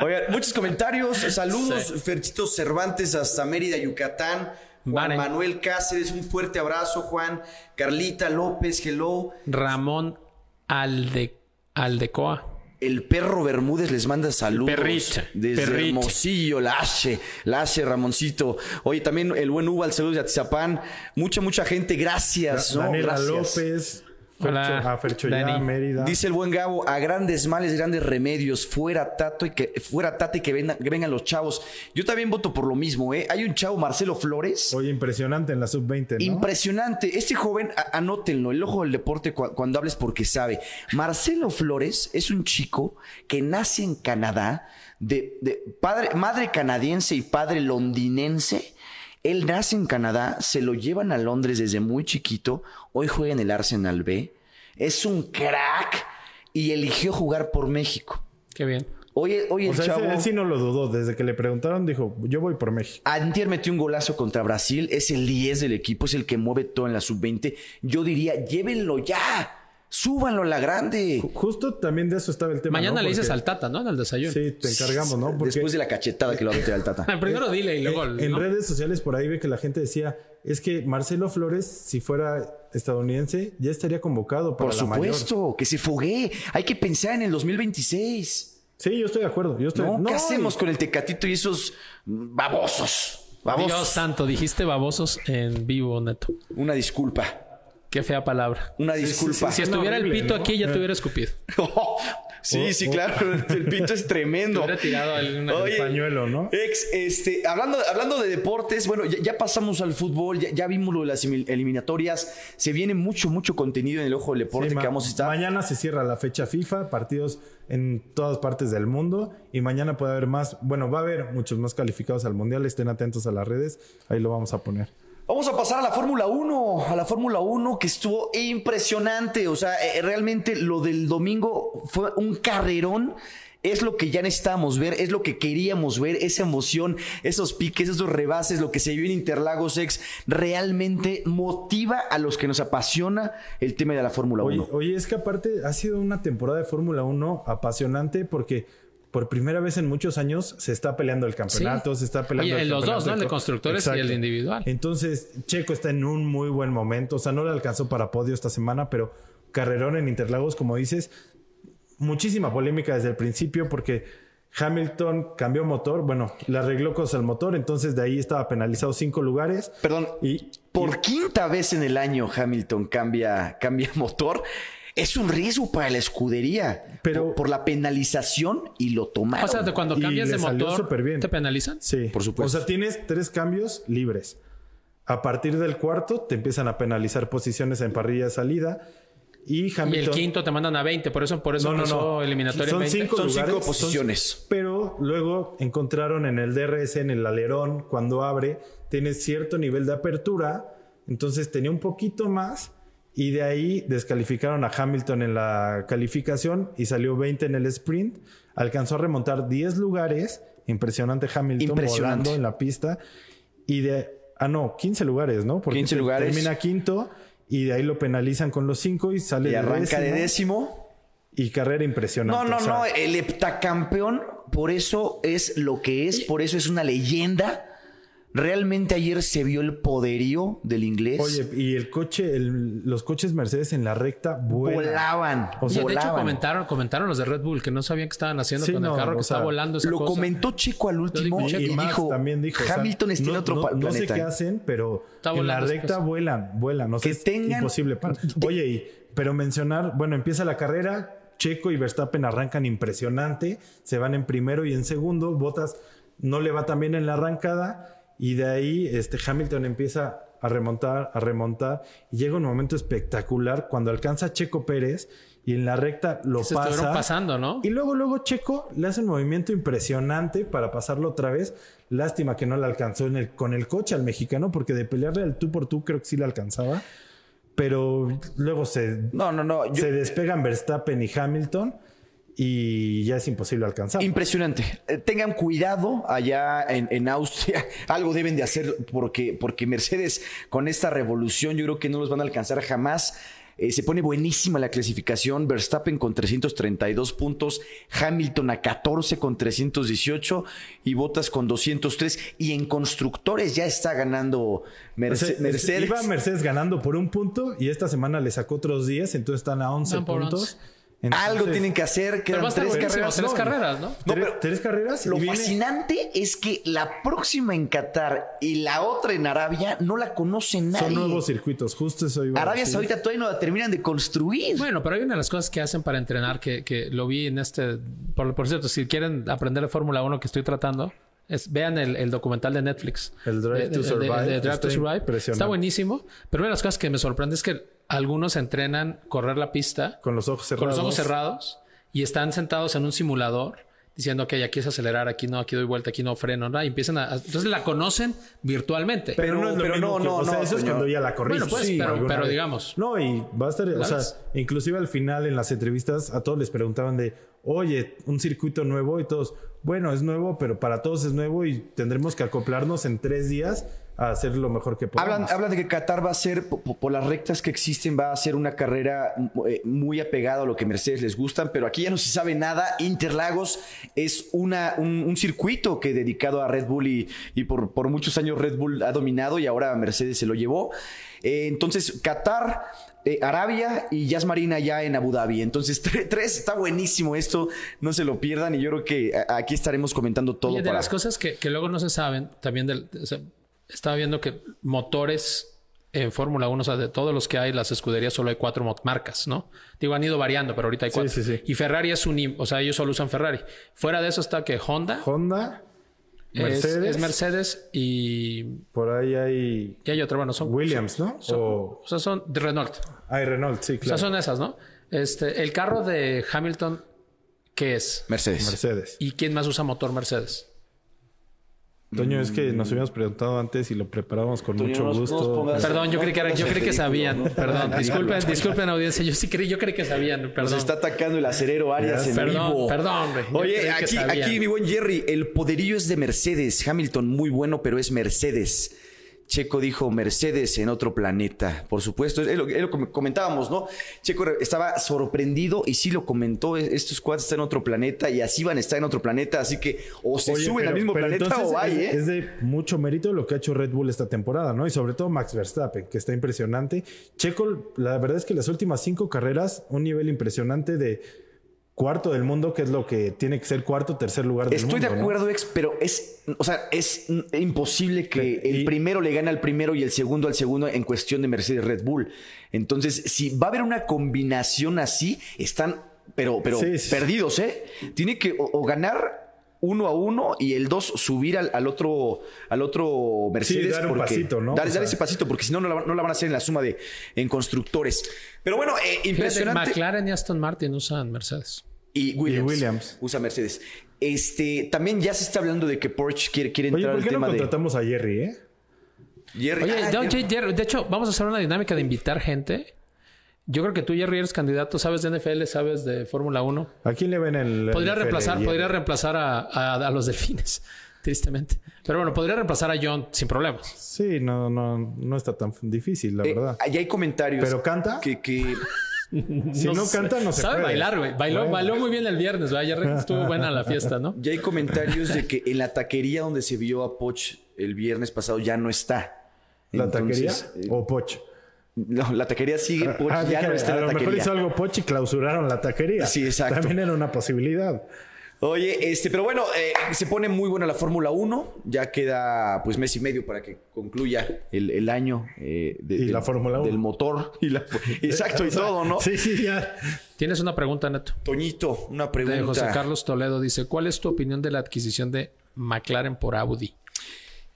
[SPEAKER 1] Oigan, muchos comentarios. Saludos, Ferchito Cervantes, hasta Mérida, Yucatán. Juan
[SPEAKER 2] Vale.
[SPEAKER 1] Manuel Cáceres, un fuerte abrazo, Juan. Carlita López, hello.
[SPEAKER 2] Ramón Alde, Aldecoa.
[SPEAKER 1] El perro Bermúdez les manda saludos.
[SPEAKER 2] Perrito,
[SPEAKER 1] desde
[SPEAKER 2] perrito.
[SPEAKER 1] Hermosillo, Lache, Lache, Ramoncito. Oye, también el buen Ubal, saludos de Atizapán. Mucha, mucha gente, gracias. ¿no?
[SPEAKER 3] Daniela
[SPEAKER 1] Gracias.
[SPEAKER 3] López,
[SPEAKER 2] Hola,
[SPEAKER 3] Fercho- a Ferchoyá,
[SPEAKER 2] Dani.
[SPEAKER 3] Mérida.
[SPEAKER 1] Dice el buen Gabo, a grandes males, grandes remedios, fuera Tato y que fuera Tata y que vengan, que vengan los chavos. Yo también voto por lo mismo, ¿eh? Hay un chavo, Marcelo Flores.
[SPEAKER 3] Oye, impresionante en la sub-20, ¿no?
[SPEAKER 1] Impresionante. Este joven, a- anótenlo, el ojo del deporte cua- cuando hables porque sabe. Marcelo Flores es un chico que nace en Canadá, de, de padre, madre canadiense y padre londinense. Él nace en Canadá, se lo llevan a Londres desde muy chiquito. Hoy juega en el Arsenal B. Es un crack y eligió jugar por México.
[SPEAKER 2] Qué bien.
[SPEAKER 1] Hoy, hoy el
[SPEAKER 3] o sea, ese-
[SPEAKER 1] chavo.
[SPEAKER 3] él sí no lo dudó. Desde que le preguntaron, dijo, yo voy por México.
[SPEAKER 1] Antier metió un golazo contra Brasil, es el 10 del equipo, es el que mueve todo en la sub-20. Yo diría, llévenlo ya, súbanlo a la grande.
[SPEAKER 3] Ju- Justo también de eso estaba el tema.
[SPEAKER 2] Mañana
[SPEAKER 3] ¿no?
[SPEAKER 2] le dices
[SPEAKER 3] Porque-
[SPEAKER 2] al Tata, ¿no? En el desayuno.
[SPEAKER 3] Sí, te encargamos, ¿no? Porque
[SPEAKER 1] Después de la cachetada que le va a meter al
[SPEAKER 3] [LAUGHS]
[SPEAKER 1] Tata.
[SPEAKER 2] [LAUGHS] Primero dile y luego.
[SPEAKER 3] Eh, en
[SPEAKER 2] ¿no?
[SPEAKER 3] redes sociales por ahí ve que la gente decía, es que Marcelo Flores, si fuera estadounidense, ya estaría convocado para
[SPEAKER 1] Por
[SPEAKER 3] la mayor".
[SPEAKER 1] supuesto, que se foguee. Hay que pensar en el 2026.
[SPEAKER 3] Sí, yo estoy de acuerdo. Yo estoy...
[SPEAKER 1] ¿no?
[SPEAKER 3] No,
[SPEAKER 1] ¿Qué
[SPEAKER 3] y-
[SPEAKER 1] hacemos con el Tecatito y esos babosos? Babosos.
[SPEAKER 2] Dios santo, dijiste babosos en vivo, neto.
[SPEAKER 1] Una disculpa.
[SPEAKER 2] Qué fea palabra.
[SPEAKER 1] Una disculpa. [LAUGHS]
[SPEAKER 2] Si
[SPEAKER 1] Sí,
[SPEAKER 2] estuviera el
[SPEAKER 3] Ah, horrible,
[SPEAKER 2] pito
[SPEAKER 3] ¿no? Eh.
[SPEAKER 2] aquí, ya te hubiera escupido.
[SPEAKER 3] Oh,
[SPEAKER 1] sí, claro. El pito
[SPEAKER 3] [LAUGHS]
[SPEAKER 1] es tremendo.
[SPEAKER 2] Te hubiera tirado alguna-
[SPEAKER 1] Oye,
[SPEAKER 3] pañuelo, ¿no?
[SPEAKER 1] Ex, este, hablando, hablando de deportes, bueno, ya, ya pasamos al fútbol, ya, ya vimos lo de las emil- eliminatorias. Se viene mucho, mucho contenido en el ojo del
[SPEAKER 3] Sí,
[SPEAKER 1] deporte
[SPEAKER 3] ma-
[SPEAKER 1] que vamos a estar.
[SPEAKER 3] Mañana se cierra la fecha FIFA, partidos en todas partes del mundo y mañana puede haber más, bueno, va a haber muchos más calificados al Mundial, estén atentos a las redes, ahí lo vamos a poner.
[SPEAKER 1] Vamos a pasar a la Fórmula 1, a la Fórmula 1 que estuvo impresionante. O sea, eh, realmente lo del domingo fue un carrerón. Es lo que ya necesitábamos ver, es lo que queríamos ver, esa emoción, esos piques, esos rebases, lo que se vio en Interlagos Ex, realmente motiva a los que nos apasiona el tema de la Fórmula
[SPEAKER 3] Oye,
[SPEAKER 1] 1.
[SPEAKER 3] oye, es que aparte ha sido una temporada de Fórmula 1 apasionante porque por primera vez en muchos años se está peleando el campeonato,
[SPEAKER 2] Sí.
[SPEAKER 3] se está peleando
[SPEAKER 2] Oye,
[SPEAKER 3] el
[SPEAKER 2] en los
[SPEAKER 3] campeonato
[SPEAKER 2] dos, ¿no? El de
[SPEAKER 3] co-
[SPEAKER 2] constructores y el de individual.
[SPEAKER 3] Entonces, Checo está en un muy buen momento, o sea, no le alcanzó para podio esta semana, pero carrerón en Interlagos, como dices, muchísima polémica desde el principio porque Hamilton cambió motor, bueno, le arregló cosas al motor, entonces de ahí estaba penalizado cinco lugares.
[SPEAKER 1] Perdón,
[SPEAKER 3] Y
[SPEAKER 1] Por quinta vez en el año Hamilton cambia, [LAUGHS] cambia motor. Es un riesgo para la escudería.
[SPEAKER 3] Pero-
[SPEAKER 1] por, por la penalización y lo tomaron.
[SPEAKER 2] O sea, de cuando
[SPEAKER 3] Y
[SPEAKER 2] cambias
[SPEAKER 3] le
[SPEAKER 2] de
[SPEAKER 3] salió
[SPEAKER 2] motor,
[SPEAKER 3] súper bien.
[SPEAKER 2] ¿te penalizan?
[SPEAKER 3] Sí.
[SPEAKER 1] Por supuesto.
[SPEAKER 3] O sea, tienes tres cambios libres. A partir del cuarto te empiezan a penalizar posiciones en parrilla de salida. Y
[SPEAKER 2] Y
[SPEAKER 3] Hamilton.
[SPEAKER 2] el quinto te mandan a 20, por eso, por eso
[SPEAKER 3] No, no,
[SPEAKER 2] empezó
[SPEAKER 3] no.
[SPEAKER 2] eliminatoria en
[SPEAKER 3] Son
[SPEAKER 2] 20.
[SPEAKER 3] cinco,
[SPEAKER 1] Son cinco
[SPEAKER 3] lugares,
[SPEAKER 1] posiciones.
[SPEAKER 3] pero luego encontraron en el DRS, en el alerón, cuando abre, tienes cierto nivel de apertura. Entonces tenía un poquito más. Y de ahí descalificaron a Hamilton en la calificación y salió 20 en el sprint. Alcanzó a remontar 10 lugares. Impresionante Hamilton
[SPEAKER 1] Impresionante.
[SPEAKER 3] volando en la pista. Y de. Ah, no, 15 lugares, ¿no?
[SPEAKER 1] 15
[SPEAKER 3] te-
[SPEAKER 1] lugares.
[SPEAKER 3] Termina quinto y de ahí lo penalizan con los 5 y sale
[SPEAKER 1] Y
[SPEAKER 3] de
[SPEAKER 1] arranca de
[SPEAKER 3] décimo.
[SPEAKER 1] décimo.
[SPEAKER 3] Y carrera impresionante.
[SPEAKER 1] No, no,
[SPEAKER 3] o sea,
[SPEAKER 1] no. El heptacampeón, por eso es lo que es, por eso es una leyenda. Realmente ayer se vio el poderío del inglés.
[SPEAKER 3] Oye, y el coche, el- los coches Mercedes en la recta vuelan.
[SPEAKER 1] volaban.
[SPEAKER 3] O sea,
[SPEAKER 2] Oye, de hecho,
[SPEAKER 1] volaban.
[SPEAKER 2] comentaron, comentaron los de Red Bull que no sabían qué estaban haciendo
[SPEAKER 3] Sí,
[SPEAKER 2] con el
[SPEAKER 3] no,
[SPEAKER 2] carro
[SPEAKER 3] o
[SPEAKER 2] que
[SPEAKER 3] sea,
[SPEAKER 2] está volando. Esa
[SPEAKER 1] Lo
[SPEAKER 2] cosa.
[SPEAKER 1] comentó Checo al último
[SPEAKER 2] dijo
[SPEAKER 1] y,
[SPEAKER 2] Checo.
[SPEAKER 3] Y Max
[SPEAKER 1] dijo,
[SPEAKER 3] también dijo, o sea,
[SPEAKER 1] Hamilton está en
[SPEAKER 3] no-
[SPEAKER 1] otro
[SPEAKER 3] no,
[SPEAKER 1] pa-
[SPEAKER 3] no sé
[SPEAKER 1] planeta.
[SPEAKER 3] qué hacen, pero
[SPEAKER 2] Está
[SPEAKER 3] en la
[SPEAKER 2] volando pues.
[SPEAKER 3] recta
[SPEAKER 2] después.
[SPEAKER 3] vuelan, vuelan, o sea,
[SPEAKER 1] Que
[SPEAKER 3] es
[SPEAKER 1] tengan- [LAUGHS]
[SPEAKER 3] imposible. para- Oye, y, pero mencionar, bueno, empieza la carrera, Checo y Verstappen arrancan impresionante, se van en primero y en segundo, Botas no le va tan bien en la arrancada y de ahí este Hamilton empieza a remontar, a remontar y llega un momento espectacular cuando alcanza a Checo Pérez y en la recta lo
[SPEAKER 2] Se
[SPEAKER 3] pasa.
[SPEAKER 2] estuvieron pasando, ¿no?
[SPEAKER 3] Y luego, luego Checo le hace un movimiento impresionante para pasarlo otra vez. Lástima que no le alcanzó en el, con el coche al mexicano, porque de pelearle al tú por tú creo que sí le alcanzaba. Pero luego se,
[SPEAKER 1] No, no, no. yo-
[SPEAKER 3] se despegan Verstappen y Hamilton y ya es imposible alcanzar.
[SPEAKER 1] Impresionante. Eh, Tengan cuidado allá en, en Austria. [LAUGHS] Algo deben de hacer porque, porque Mercedes con esta revolución yo creo que no los van a alcanzar jamás. Eh, se pone buenísima la clasificación. Verstappen con 332 puntos, Hamilton a 14 con 318 y Bottas con 203. Y en constructores ya está ganando
[SPEAKER 3] O sea,
[SPEAKER 1] Merce-
[SPEAKER 3] es-
[SPEAKER 1] Mercedes.
[SPEAKER 3] Iba Mercedes ganando por un punto y esta semana le sacó otros 10, entonces están a 11
[SPEAKER 2] Van por
[SPEAKER 3] puntos.
[SPEAKER 2] 11.
[SPEAKER 3] Entonces,
[SPEAKER 1] Algo tienen que hacer.
[SPEAKER 2] Pero
[SPEAKER 1] Quedan
[SPEAKER 2] va a estar
[SPEAKER 1] tres
[SPEAKER 2] buenísimo,
[SPEAKER 1] carreras.
[SPEAKER 2] tres
[SPEAKER 3] ¿no?
[SPEAKER 2] carreras, ¿no?
[SPEAKER 1] No,
[SPEAKER 3] tres,
[SPEAKER 1] pero-
[SPEAKER 3] tres carreras. y
[SPEAKER 1] Lo
[SPEAKER 3] viene-
[SPEAKER 1] fascinante es que la próxima en Qatar y la otra en Arabia no la conoce nadie.
[SPEAKER 3] Son nuevos circuitos, justo eso iba a
[SPEAKER 1] Arabia
[SPEAKER 3] decir.
[SPEAKER 1] Saudita todavía no la terminan de construir.
[SPEAKER 2] Bueno, pero hay una de las cosas que hacen para entrenar que, que lo vi en este. Por, por cierto, si quieren aprender de Fórmula 1 que estoy tratando, es, vean el, el documental de Netflix.
[SPEAKER 3] El
[SPEAKER 2] De-
[SPEAKER 3] Drive
[SPEAKER 2] de-
[SPEAKER 3] to
[SPEAKER 2] de-
[SPEAKER 3] Survive.
[SPEAKER 2] de Drive to
[SPEAKER 3] Está
[SPEAKER 2] Survive.
[SPEAKER 3] impresionante.
[SPEAKER 2] Está buenísimo. Pero una de las cosas que me sorprende es que algunos entrenan correr la pista
[SPEAKER 3] Con los ojos cerrados.
[SPEAKER 2] con los ojos cerrados y están sentados en un simulador diciendo, ok, aquí es acelerar, aquí no, aquí doy vuelta, aquí no freno, nada. Y empiezan a. Entonces la conocen virtualmente.
[SPEAKER 3] Pero, no es lo
[SPEAKER 1] Pero
[SPEAKER 3] mismo
[SPEAKER 1] no,
[SPEAKER 3] que-
[SPEAKER 1] no,
[SPEAKER 3] o sea,
[SPEAKER 1] no,
[SPEAKER 3] eso es
[SPEAKER 1] señor.
[SPEAKER 3] cuando ya la corriste.
[SPEAKER 2] Bueno, pues, pero-
[SPEAKER 3] alguna
[SPEAKER 2] pero
[SPEAKER 3] vez.
[SPEAKER 2] digamos.
[SPEAKER 3] No, y va a estar, o sea,
[SPEAKER 2] ¿Sabes?
[SPEAKER 3] inclusive al final en las entrevistas a todos les preguntaban de, oye, un circuito nuevo y todos, bueno, es nuevo, pero para todos es nuevo y tendremos que acoplarnos en tres días a hacer lo mejor que podamos.
[SPEAKER 1] Hablan, hablan de que Qatar va a ser, po- po- por, las rectas que existen, va a ser una carrera eh, muy apegada a lo que Mercedes les gustan, pero aquí ya no se sabe nada. Interlagos es una, un, un circuito que dedicado a Red Bull y, y por, por muchos años Red Bull ha dominado y ahora Mercedes se lo llevó. Eh, entonces, Qatar, eh, Arabia y Yas Marina ya en Abu Dhabi. Entonces, [LAUGHS] tre- tres, está buenísimo esto, no se lo pierdan y yo creo que a- aquí estaremos comentando todo.
[SPEAKER 2] Oye, de
[SPEAKER 1] para-
[SPEAKER 2] las cosas que, que luego no se saben, también del, o sea, estaba viendo que motores en Fórmula 1, o sea, de todos los que hay, las escuderías solo hay cuatro mo- marcas, ¿no? Digo, han ido variando, pero ahorita hay cuatro.
[SPEAKER 3] sí, sí.
[SPEAKER 2] Y Ferrari es un, im- o sea, ellos solo usan Ferrari. Fuera de eso está que Honda
[SPEAKER 3] Honda,
[SPEAKER 2] es es
[SPEAKER 3] Mercedes,
[SPEAKER 2] Mercedes, y,
[SPEAKER 3] por ahí hay
[SPEAKER 2] y hay otra, bueno, son...
[SPEAKER 3] Williams, ¿no?
[SPEAKER 2] son-
[SPEAKER 3] O
[SPEAKER 2] o sea, son de Renault.
[SPEAKER 3] hay Renault, sí,
[SPEAKER 2] O sea,
[SPEAKER 3] claro.
[SPEAKER 2] son esas, ¿no? Este, el carro de Hamilton, ¿qué es?
[SPEAKER 1] Mercedes.
[SPEAKER 3] Mercedes.
[SPEAKER 2] ¿Y quién más usa motor Mercedes?
[SPEAKER 3] Toño, es que nos habíamos preguntado antes y lo preparamos con
[SPEAKER 1] Toño,
[SPEAKER 3] mucho
[SPEAKER 1] no nos- no nos
[SPEAKER 3] gusto.
[SPEAKER 1] pongas-
[SPEAKER 2] Perdón,
[SPEAKER 1] Pues,
[SPEAKER 2] yo
[SPEAKER 1] No
[SPEAKER 2] creí que, era-
[SPEAKER 1] pongas
[SPEAKER 2] yo
[SPEAKER 1] el
[SPEAKER 2] creí que
[SPEAKER 1] ridículo,
[SPEAKER 2] sabían.
[SPEAKER 1] no
[SPEAKER 2] Perdón,
[SPEAKER 1] pongas el
[SPEAKER 2] disculpen, disculpen audiencia. Yo sí creí, yo creí que sabían.
[SPEAKER 1] Nos
[SPEAKER 2] Perdón.
[SPEAKER 1] Pues está atacando el acerero Arias en
[SPEAKER 2] Perdón,
[SPEAKER 1] vivo.
[SPEAKER 2] perdón, güey. Yo creí
[SPEAKER 1] Oye,
[SPEAKER 2] que
[SPEAKER 1] aquí,
[SPEAKER 2] sabían.
[SPEAKER 1] aquí mi buen Jerry, el poderío es de Mercedes. Hamilton muy bueno, pero es Mercedes. Checo dijo Mercedes en otro planeta, por supuesto. Es lo, es lo que comentábamos, ¿no? Checo re- estaba sorprendido y sí lo comentó. es- Estos cuates están en otro planeta y así van a estar en otro planeta. Así que o se
[SPEAKER 3] Oye,
[SPEAKER 1] suben
[SPEAKER 3] pero-
[SPEAKER 1] al mismo
[SPEAKER 3] pero
[SPEAKER 1] planeta
[SPEAKER 3] entonces
[SPEAKER 1] o hay,
[SPEAKER 3] es,
[SPEAKER 1] ¿eh?
[SPEAKER 3] es de mucho mérito lo que ha hecho Red Bull esta temporada, ¿no? Y sobre todo Max Verstappen, que está impresionante. Checo, la verdad es que las últimas cinco carreras, un nivel impresionante de cuarto del mundo, que es lo que tiene que ser cuarto, tercer lugar del
[SPEAKER 1] Estoy
[SPEAKER 3] mundo.
[SPEAKER 1] de
[SPEAKER 3] ¿no?
[SPEAKER 1] acuerdo, ex, pero es, o sea, es mm, imposible que
[SPEAKER 3] Y-
[SPEAKER 1] el primero le gane al primero y el segundo al segundo en cuestión de Mercedes Red Bull. Entonces, si va a haber una combinación así, están, pero, pero
[SPEAKER 3] Sí, sí.
[SPEAKER 1] perdidos, ¿eh? Tiene que o, o ganar uno a uno y el dos subir al, al otro al otro Mercedes
[SPEAKER 3] dar un
[SPEAKER 1] porque-
[SPEAKER 3] pasito, ¿no?
[SPEAKER 1] dar,
[SPEAKER 3] O
[SPEAKER 1] dar
[SPEAKER 3] sea.
[SPEAKER 1] ese pasito porque si no no la, no la van a hacer en la suma de en constructores pero bueno eh,
[SPEAKER 2] Fíjate,
[SPEAKER 1] impresionante
[SPEAKER 2] McLaren y Aston Martin usan Mercedes.
[SPEAKER 1] y Williams,
[SPEAKER 3] Y Williams.
[SPEAKER 1] Usa Mercedes. Este, también ya se está hablando de que Porsche quiere, quiere
[SPEAKER 3] Oye,
[SPEAKER 1] entrar
[SPEAKER 3] ¿por
[SPEAKER 1] al
[SPEAKER 3] qué no
[SPEAKER 1] tema de.
[SPEAKER 3] contratamos a Jerry, eh?
[SPEAKER 1] Jerry-
[SPEAKER 2] Oye,
[SPEAKER 1] Ah,
[SPEAKER 2] no,
[SPEAKER 1] Jerry.
[SPEAKER 2] Jer- Jer- de hecho, vamos a hacer una dinámica de invitar gente. Yo creo que tú, Jerry, eres candidato. Sabes de NFL, sabes de Fórmula 1.
[SPEAKER 3] ¿A quién le ven el.
[SPEAKER 2] Podría
[SPEAKER 3] NFL,
[SPEAKER 2] reemplazar,
[SPEAKER 3] Jerry?
[SPEAKER 2] podría reemplazar a, a- a los delfines, [LAUGHS] tristemente. Pero bueno, podría reemplazar a John sin problemas.
[SPEAKER 3] Sí, no, no, no está tan difícil, la
[SPEAKER 1] Eh,
[SPEAKER 3] verdad.
[SPEAKER 1] ahí hay comentarios.
[SPEAKER 3] ¿Pero canta?
[SPEAKER 1] Que, que-
[SPEAKER 3] si no,
[SPEAKER 2] sé.
[SPEAKER 3] canta, no se
[SPEAKER 2] Sabe
[SPEAKER 3] puede.
[SPEAKER 2] bailar, güey. Bailó,
[SPEAKER 3] Bueno.
[SPEAKER 2] bailó muy bien el viernes, güey. Ayer estuvo buena la fiesta, ¿no?
[SPEAKER 1] ya hay comentarios de que en la taquería donde se vio a Poch el viernes pasado ya no está.
[SPEAKER 3] ¿La taquería
[SPEAKER 1] Entonces, eh,
[SPEAKER 3] o Poch?
[SPEAKER 1] no, la taquería
[SPEAKER 3] [LAUGHS]
[SPEAKER 1] sigue, Poch
[SPEAKER 3] Ah,
[SPEAKER 1] ya
[SPEAKER 3] dije,
[SPEAKER 1] no está
[SPEAKER 3] a
[SPEAKER 1] en
[SPEAKER 3] lo
[SPEAKER 1] la
[SPEAKER 3] mejor
[SPEAKER 1] taquería.
[SPEAKER 3] hizo algo Poch y clausuraron la taquería.
[SPEAKER 1] Sí, exacto.
[SPEAKER 3] También era una posibilidad.
[SPEAKER 1] Oye, este, pero bueno, eh, se pone muy buena la Fórmula 1. Ya queda pues mes y medio para que concluya el, el año eh, de-
[SPEAKER 3] Y
[SPEAKER 1] del-
[SPEAKER 3] la Fórmula 1.
[SPEAKER 1] del motor. Y
[SPEAKER 3] [LAUGHS]
[SPEAKER 1] la- exacto, y todo, ¿no?
[SPEAKER 3] Sí, sí, ya.
[SPEAKER 2] Tienes una pregunta, Neto.
[SPEAKER 1] Toñito, una pregunta.
[SPEAKER 2] De José Carlos Toledo dice: ¿Cuál es tu opinión de la adquisición de McLaren por Audi?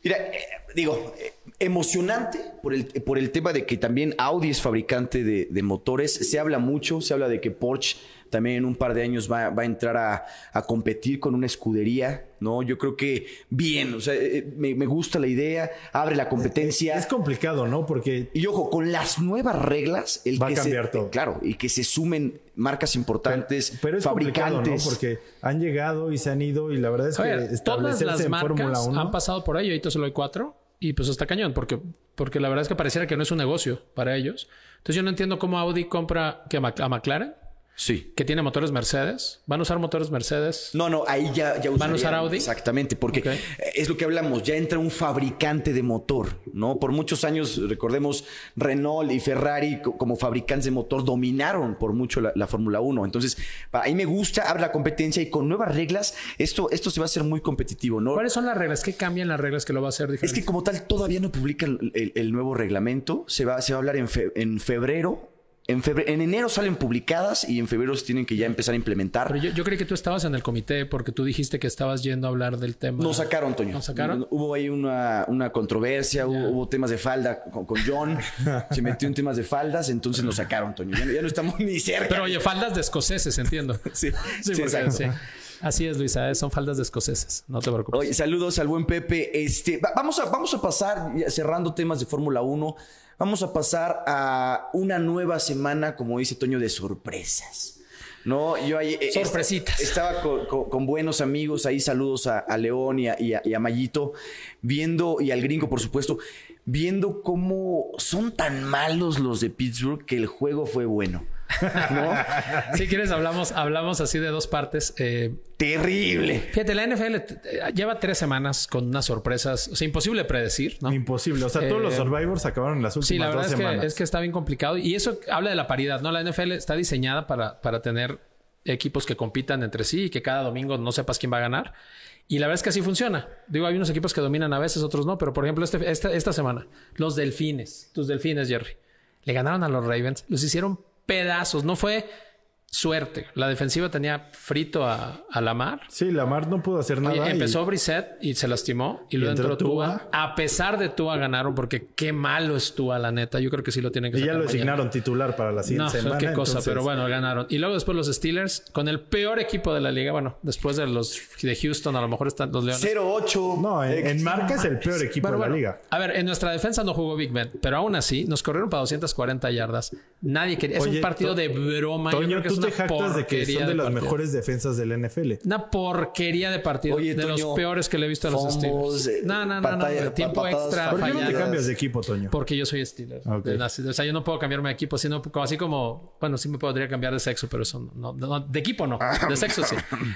[SPEAKER 1] Mira, eh, digo, eh, emocionante por el, por el tema de que también Audi es fabricante de, de motores. Se habla mucho, se habla de que Porsche también en un par de años va, va a entrar a, a competir con una escudería, ¿no? Yo creo que bien, o sea, eh, me, me gusta la idea, abre la competencia.
[SPEAKER 3] Es complicado, ¿no? Porque
[SPEAKER 1] y ojo, con las nuevas reglas, el
[SPEAKER 3] Va a
[SPEAKER 1] que se-
[SPEAKER 3] cambiar todo.
[SPEAKER 1] Claro, y que se sumen marcas importantes,
[SPEAKER 3] pero es complicado, ¿no?
[SPEAKER 1] fabricantes.
[SPEAKER 3] Porque han llegado y se han ido y la verdad es que
[SPEAKER 2] A ver, todas
[SPEAKER 3] establecerse
[SPEAKER 2] las
[SPEAKER 3] en Fórmula
[SPEAKER 2] marcas
[SPEAKER 3] 1
[SPEAKER 2] han pasado por ahí, ahorita solo hay cuatro, y pues está cañón, porque, porque la verdad es que pareciera que no es un negocio para ellos. Entonces yo no entiendo cómo Audi compra que a Mac- a McLaren
[SPEAKER 1] Sí.
[SPEAKER 2] que tiene motores Mercedes. Van a usar motores Mercedes.
[SPEAKER 1] No, no, ahí ya, ya
[SPEAKER 2] ¿Van
[SPEAKER 1] usarían-
[SPEAKER 2] a usar Audi?
[SPEAKER 1] Exactamente, porque
[SPEAKER 2] Ok.
[SPEAKER 1] es lo que hablamos, ya entra un fabricante de motor, ¿no? Por muchos años, recordemos, Renault y Ferrari co- como fabricantes de motor dominaron por mucho la, la Fórmula 1. Entonces, pa- ahí me gusta, abre la competencia y con nuevas reglas, esto, esto se va a hacer muy competitivo, ¿no?
[SPEAKER 2] ¿Cuáles son las reglas? ¿Qué cambian las reglas que lo va a hacer
[SPEAKER 1] Es
[SPEAKER 2] diferente?
[SPEAKER 1] que como tal todavía no publican el, el nuevo reglamento, se va, se va a hablar en, fe- en febrero. En, febre- en enero salen publicadas y en febrero se tienen que ya empezar a implementar.
[SPEAKER 2] Pero yo, yo creí que tú estabas en el comité porque tú dijiste que estabas yendo a hablar del tema.
[SPEAKER 1] No sacaron, Toño.
[SPEAKER 2] ¿No sacaron?
[SPEAKER 1] Hubo ahí una, una controversia, hubo, hubo temas de falda con, con John. se metió en temas de faldas, entonces nos sacaron, Toño. Ya, no- ya no estamos [LAUGHS] ni cerca.
[SPEAKER 2] Pero oye, faldas de escoceses, entiendo.
[SPEAKER 1] [LAUGHS] sí,
[SPEAKER 2] Sí,
[SPEAKER 1] sí,
[SPEAKER 2] porque-
[SPEAKER 1] exacto.
[SPEAKER 2] sí. Así es, Luisa, ¿eh? son faldas de escoceses. No te preocupes.
[SPEAKER 1] Oye, saludos al buen Pepe. Este, va- vamos, a, vamos a pasar, ya cerrando temas de Fórmula 1, vamos a pasar a una nueva semana, como dice Toño, de sorpresas. No, yo ahí, eh,
[SPEAKER 2] Sorpresitas.
[SPEAKER 1] est- Estaba con, con- con buenos amigos ahí, saludos a, a León y a, y a- y a Mayito, viendo, y al gringo, por supuesto, viendo cómo son tan malos los de Pittsburgh que el juego fue bueno. ¿No?
[SPEAKER 2] Si quieres, hablamos, hablamos así de dos partes. Eh,
[SPEAKER 1] Terrible.
[SPEAKER 2] fíjate, la NFL eh, lleva tres semanas con unas sorpresas. O sea, imposible predecir, ¿no?
[SPEAKER 3] Imposible. O sea, todos
[SPEAKER 2] Eh,
[SPEAKER 3] los Survivors acabaron en las últimas
[SPEAKER 2] Sí, la
[SPEAKER 3] dos
[SPEAKER 2] verdad es
[SPEAKER 3] semanas.
[SPEAKER 2] que, es que está bien complicado. Y eso habla de la paridad, ¿no? La NFL está diseñada para, para tener equipos que compitan entre sí y que cada domingo no sepas quién va a ganar. Y la verdad es que así funciona. Digo, hay unos equipos que dominan a veces, otros no. Pero, por ejemplo, este, esta, esta semana, los delfines, tus delfines, Jerry, le ganaron a los Ravens. Los hicieron pedazos. No fue suerte. La defensiva tenía frito a, a la mar.
[SPEAKER 3] Sí, Lamar no pudo hacer nada.
[SPEAKER 2] Oye,
[SPEAKER 3] y-
[SPEAKER 2] empezó Brissett y se lastimó y luego
[SPEAKER 3] entró
[SPEAKER 2] entró Tua. A pesar de Tua ganaron porque qué malo es Tua, la neta. Yo creo que sí lo tienen que
[SPEAKER 3] Y, ya
[SPEAKER 2] sacar
[SPEAKER 3] lo
[SPEAKER 2] mañana.
[SPEAKER 3] designaron titular para
[SPEAKER 2] No,
[SPEAKER 3] la
[SPEAKER 2] pues,
[SPEAKER 3] siguiente semana.
[SPEAKER 2] qué cosa,
[SPEAKER 3] entonces-
[SPEAKER 2] pero bueno, ganaron. Y luego después los Steelers con el peor equipo de la liga. Bueno, después de los de Houston, a lo mejor están los Leones.
[SPEAKER 1] 0-8.
[SPEAKER 3] No, en,
[SPEAKER 1] Eh,
[SPEAKER 3] en marca es el peor equipo
[SPEAKER 2] Pero
[SPEAKER 3] de
[SPEAKER 2] bueno,
[SPEAKER 3] la liga.
[SPEAKER 2] A ver, en nuestra defensa no jugó Big Ben, pero aún así nos corrieron para 240 yardas. Nadie quería. Es
[SPEAKER 3] Oye,
[SPEAKER 2] un partido
[SPEAKER 3] To-
[SPEAKER 2] de broma. Yo creo
[SPEAKER 3] Toño,
[SPEAKER 2] que es
[SPEAKER 3] tú te
[SPEAKER 2] una
[SPEAKER 3] jactas de que
[SPEAKER 2] porquería
[SPEAKER 3] son de las
[SPEAKER 2] partido.
[SPEAKER 3] mejores defensas del NFL.
[SPEAKER 2] Una porquería de partido.
[SPEAKER 1] Oye,
[SPEAKER 2] de los
[SPEAKER 1] Toño,
[SPEAKER 2] peores que le he visto a los
[SPEAKER 1] fumbles,
[SPEAKER 2] Steelers.
[SPEAKER 1] eh,
[SPEAKER 2] No, no, no, no.
[SPEAKER 1] batalla-
[SPEAKER 2] de tiempo
[SPEAKER 1] patadas
[SPEAKER 2] extra,
[SPEAKER 1] fallidas.
[SPEAKER 3] ¿Por qué no te
[SPEAKER 1] falladas.
[SPEAKER 2] falladas.
[SPEAKER 3] cambias de equipo, Toño?
[SPEAKER 2] Porque yo soy Steelers.
[SPEAKER 3] Ok.
[SPEAKER 2] De nacido. o sea, yo no puedo cambiarme de equipo, sino como- así como, bueno, sí me podría cambiar de sexo, pero eso no, no- no, de equipo no, de sexo
[SPEAKER 1] [LAUGHS]
[SPEAKER 2] sí.